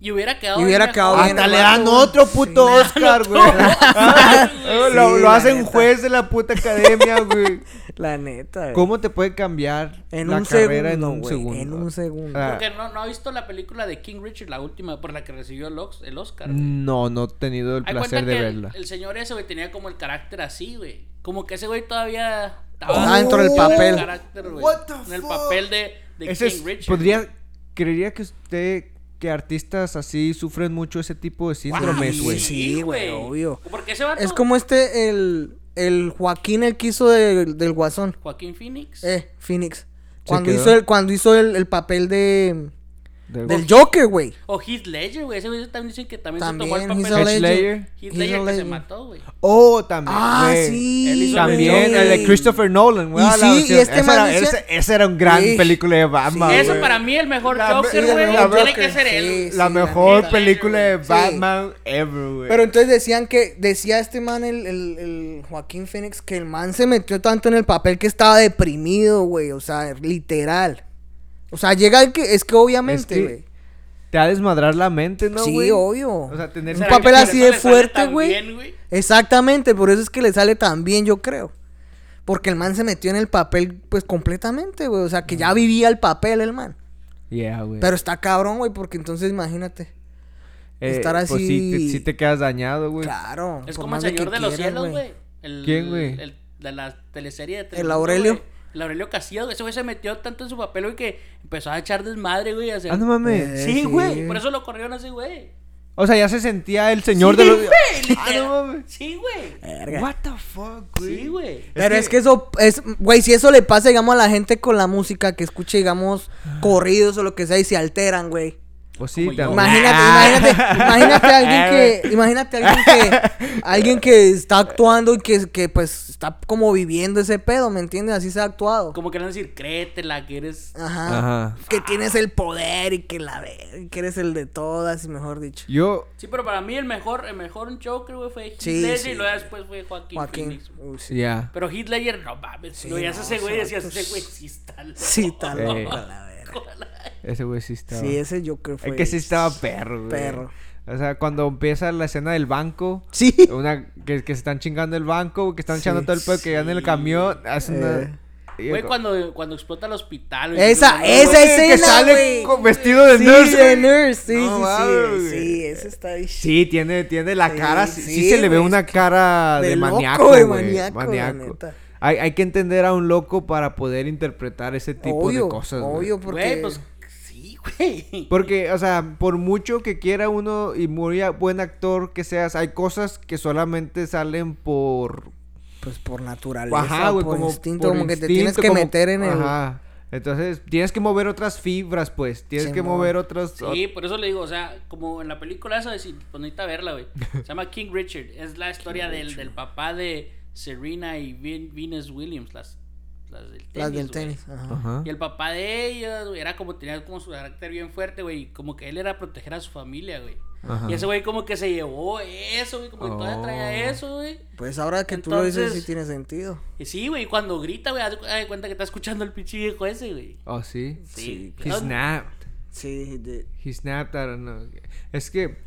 S1: Y hubiera quedado
S3: Y hubiera
S1: bien
S3: quedado
S1: mejor.
S3: bien.
S2: Hasta
S3: el
S2: le
S3: vato,
S2: dan
S3: güey.
S2: otro puto Oscar, güey. (laughs) Ah, lo
S3: Sí,
S2: lo
S3: la
S2: hacen
S3: neta.
S2: juez de la puta academia,
S3: (laughs)
S2: güey.
S3: La neta. güey.
S2: ¿Cómo te puede cambiar
S3: En
S2: la
S3: un
S2: carrera
S3: segundo,
S2: en un
S3: güey,
S2: segundo?
S3: en un segundo.
S2: Ah,
S1: Porque no, no ha visto la película de King Richard, la última por la que recibió el Ox- el Oscar. güey.
S2: No, no he tenido Mm, el
S1: Hay
S2: placer
S1: cuenta
S2: de
S1: que
S2: verla.
S1: El, el señor ese, güey, tenía como el carácter así, güey. Como que ese güey todavía
S2: Ah,
S3: Estaba dentro del
S1: en
S3: papel.
S1: El carácter, güey.
S2: What the
S1: en el
S2: fuck?
S1: papel de, de
S2: Ese
S1: King
S2: es-
S1: Richard.
S2: podría, creería que usted, que artistas así sufren mucho ese tipo de síndromes,
S3: Sí,
S2: güey.
S3: sí, güey, obvio.
S1: Porque ese vato,
S3: Es como este, el, el Joaquín, el que hizo de- del Guasón.
S1: Joaquín Phoenix.
S3: Eh, Phoenix. Cuando
S2: quedó.
S3: hizo, el, cuando hizo el, el papel de,
S2: De-
S3: del Joker, güey.
S1: O Heath Ledger, güey. Ese güey también dicen que también, se
S3: También
S1: tomó el
S3: hizo
S1: papel.
S2: Heath
S1: de
S2: Ledger.
S1: Heath
S3: hizo
S1: Ledger que se
S3: Ledger.
S1: mató, güey.
S2: Oh, también.
S3: Ah,
S2: güey.
S3: sí.
S1: Él hizo
S2: También
S3: güey.
S2: el de Christopher Nolan, güey.
S3: Y
S2: a la
S3: sí, y
S2: versión-
S3: este
S2: esa,
S3: man
S2: era,
S3: dice-
S2: ese- esa era un gran
S3: Sí.
S2: película de Batman.
S3: Ah,
S1: Eso
S2: güey.
S1: para mí el mejor
S2: La-
S1: Joker,
S2: sí,
S1: güey.
S2: la-
S1: Tiene
S2: la-
S1: que ser
S3: sí.
S1: él.
S2: La
S3: sí,
S2: mejor
S1: la neta.
S2: película de
S3: Sí.
S2: Batman ever, güey.
S3: Pero entonces decían que, decía este man, el, el- el Joaquín Phoenix, que el man se metió tanto en el papel que estaba deprimido, güey. O sea, literal. O sea, llega el que, es que obviamente,
S2: que-
S3: güey.
S2: Te ha desmadrar la mente, ¿no,
S3: sí,
S2: güey?
S3: obvio.
S2: O sea, tener
S3: un
S1: ¿Será
S3: papel
S1: que por
S3: así
S1: eso
S3: de
S1: le sale
S3: fuerte,
S1: tan
S3: güey.
S1: bien, güey?
S3: Exactamente, por eso es que le sale tan bien, yo creo. Porque el man se metió en el papel, pues completamente, güey. O sea, que ya vivía el papel, el man.
S2: Yeah, güey.
S3: Pero está cabrón, güey, porque entonces imagínate.
S2: Eh,
S3: estar
S2: Pues sí, te,
S3: así-
S2: sí te quedas dañado, güey.
S3: Claro.
S1: pues, Es
S3: por
S1: como el
S3: más de
S1: señor
S3: que
S1: de los
S3: quieras,
S1: cielos, güey. El-
S2: ¿Quién, güey?
S1: El de la teleserie de
S3: El
S1: Telemundo,
S3: Aurelio.
S1: güey. El Aurelio Casillas, güey. Ese güey se metió tanto en su papel, güey, que empezó a echar desmadre, güey. a hacer-
S2: Ah, no mames.
S3: Eh,
S1: Sí,
S3: sí.
S1: güey. Por eso lo corrieron así, güey.
S2: O sea, ya se sentía el señor de los. Ah, no mames.
S1: Sí, güey.
S3: Verga.
S2: What the fuck, güey.
S1: Sí, güey.
S3: Pero es que eso es, güey, si eso le pasa, digamos, a la gente con la música que escuche, digamos, corridos o lo que sea, y se alteran, güey.
S2: Pues sí,
S1: Como yo.
S2: también.
S3: Imagínate,
S2: Ah.
S3: (laughs)
S2: Eh, (laughs)
S3: imagínate, imagínate a alguien que, imagínate a alguien (laughs) que, alguien que está actuando y que, que pues está como viviendo ese pedo, ¿me entiendes? Así se ha actuado.
S1: Como querían decir, créetela, que eres.
S3: Ajá.
S2: Ajá.
S3: Que tienes el poder y que la ver- y que eres el de todas, mejor dicho.
S2: Yo.
S1: Sí, pero para mí el mejor, el mejor Joker, güey, fue Heath
S3: Sí,
S1: Ledger
S3: sí.
S1: y luego después fue Joaquín,
S3: Joaquín.
S1: Phoenix.
S3: Uy, sí.
S2: Ya.
S1: Pero Heath Ledger, no mames. lo veías a ese güey y decías, ese güey sí está loco.
S3: Sí, está
S2: Eh.
S3: loco, la verga.
S2: Ese güey sí estaba.
S3: Sí, ese Joker fue.
S2: Es que sí estaba perro, güey.
S3: Perro.
S2: O sea, cuando empieza la escena del banco. (laughs)
S3: Sí.
S2: Una que, que se están chingando el banco, que están
S3: Sí.
S2: echando todo el pedo que ya en el camión. Hace
S3: Eh.
S2: una. y-
S1: Güey, cuando, cuando explota el hospital. güey,
S3: Esa,
S1: que-
S3: esa
S2: Güey, Que
S3: escena,
S2: sale
S3: güey.
S2: con vestido de
S3: sí,
S2: nurse. güey.
S3: de nurse, sí,
S2: No
S3: sí,
S2: mames,
S3: sí,
S2: güey.
S3: sí, ese está ahí.
S2: Sí, tiene, tiene la
S3: Sí,
S2: cara, sí, sí
S3: sí,
S2: se le ve
S3: güey,
S2: una cara de,
S3: de loco,
S2: maníaco,
S3: de
S2: güey,
S3: maníaco, la
S2: maníaco.
S3: neta.
S2: Hay, hay que entender a un loco para poder interpretar ese tipo
S3: obvio,
S2: de cosas. güey.
S3: obvio, porque
S1: Güey, pues sí, güey.
S2: Porque, o sea, por mucho que quiera uno y muy a- buen actor que seas, hay cosas que solamente salen por...
S3: Pues por naturaleza,
S2: Ajá, güey,
S3: por
S2: como
S3: instinto,
S2: por
S3: como que te tienes
S2: instinto,
S3: que
S2: como-
S3: meter en el...
S2: Ajá. Entonces, tienes que mover otras fibras, pues. Tienes que
S3: Simón.
S2: mover otras...
S1: Sí, por eso le digo, o sea, como en la película esa, si, pues necesita verla, güey. Se llama King Richard. Es la historia del, del papá de Serena y Vin- Venus Williams, las, las del tenis.
S3: Las del
S1: güey.
S3: tenis, ajá.
S2: Ajá.
S1: Y el papá de ellas, güey, era como tenía como su carácter bien fuerte, güey. y Como que él era proteger a su familia, güey.
S2: Ajá.
S1: Y ese güey como que se llevó eso, güey. Como que todavía traía eso, güey.
S3: Pues ahora que tú lo dices,
S1: Entonces-
S3: sí tiene sentido.
S1: Y sí, güey, cuando grita, güey, haz haz de cuenta que está escuchando el pinche viejo ese, güey.
S2: Oh, sí.
S1: Sí. (laughs)
S2: He
S1: claro.
S2: snapped.
S3: Sí, de...
S2: He snapped, I don't know. Es que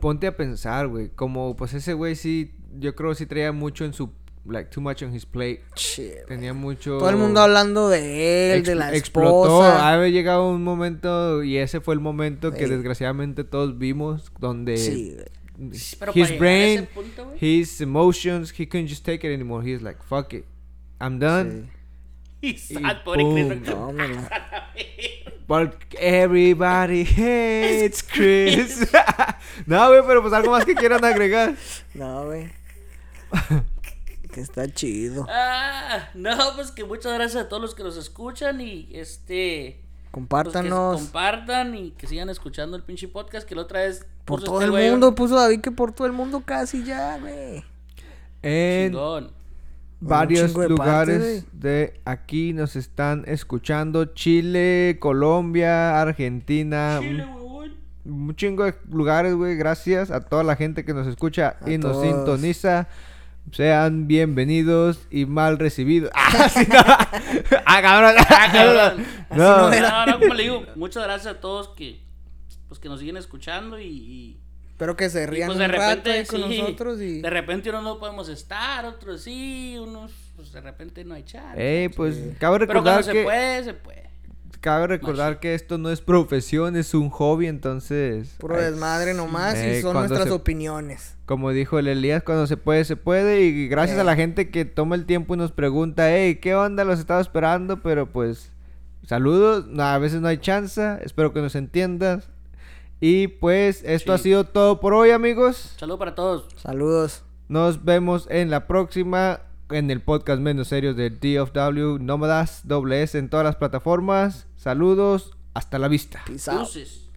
S2: ponte a pensar, güey. Como pues ese güey sí, yo creo sí traía mucho en su like too much on his plate.
S3: Che,
S2: Tenía mucho
S3: Todo el mundo hablando de él, de
S2: Expl-
S3: la
S2: explotó.
S3: esposa.
S2: Había llegado un momento y ese fue el momento que
S3: Sí.
S2: desgraciadamente todos vimos donde
S3: Sí, güey.
S1: pero
S2: his
S1: para llegar a
S2: brain,
S1: ese punto, güey.
S2: his emotions, he couldn't just take it anymore. He's like, fuck it, I'm done.
S1: Y sad, pobre
S2: pum,
S1: Chris Rock.
S3: No, hombre, no.
S2: But
S1: (laughs)
S2: everybody hates Chris. (laughs) no, güey, pero pues algo más que quieran agregar. (laughs)
S3: No, güey. que está chido.
S1: Ah, no, pues que muchas gracias a todos los que nos escuchan y este. pues, que se
S3: Compártanos.
S1: compartan y que sigan escuchando el pinche podcast que la otra vez.
S3: por
S1: puso
S3: todo
S1: este
S3: el
S1: güey,
S3: mundo, puso David que por todo el mundo casi ya, güey.
S1: (laughs)
S2: En
S1: Chingón.
S2: varios
S3: chingo de
S2: lugares
S3: partes,
S2: de aquí nos están escuchando. Chile, Colombia, Argentina.
S1: Chile,
S2: un-
S1: huevón.
S2: un chingo de lugares, güey. Gracias a toda la gente que nos escucha
S3: A
S2: y nos
S3: todos.
S2: sintoniza. Sean bienvenidos y mal recibidos. (laughs) ¡Ah, sí,
S1: (laughs)
S2: no! ¡Ah, cabrón!
S1: Ah, cabrón.
S2: (laughs) No.
S3: Así
S1: No, no, como le digo, muchas gracias a todos que pues que nos siguen escuchando y, y-
S3: Espero que se
S1: y,
S3: rían
S1: pues
S3: un
S1: de
S3: rato
S1: repente
S3: ahí con
S1: sí,
S3: nosotros y
S1: de repente unos no podemos estar, otros sí, unos pues de repente no hay chat.
S3: Eh,
S2: Ey, pues cabe
S1: Pero cuando
S2: recordar
S1: se
S2: que
S1: puede, se puede.
S2: cabe recordar que esto no es profesión, es un hobby, entonces
S3: puro
S2: ay,
S3: desmadre nomás
S2: Ey,
S3: y son
S2: cuando
S3: nuestras
S2: se-
S3: opiniones.
S2: como dijo el Elías, cuando se puede se puede y gracias
S3: Ey.
S2: a la gente que toma el tiempo y nos pregunta, "Hey, ¿qué onda? Los estaba esperando", pero pues saludos, no, a veces no hay chance, espero que nos entiendas. Y pues esto ha
S1: Sí.
S2: sido todo por hoy, amigos.
S1: Saludo para todos.
S3: Saludos.
S2: Nos vemos en la próxima en el podcast menos serio de DFW Nómadas doble S en todas las plataformas. Saludos, hasta la vista.
S3: Peace out.
S1: Luces.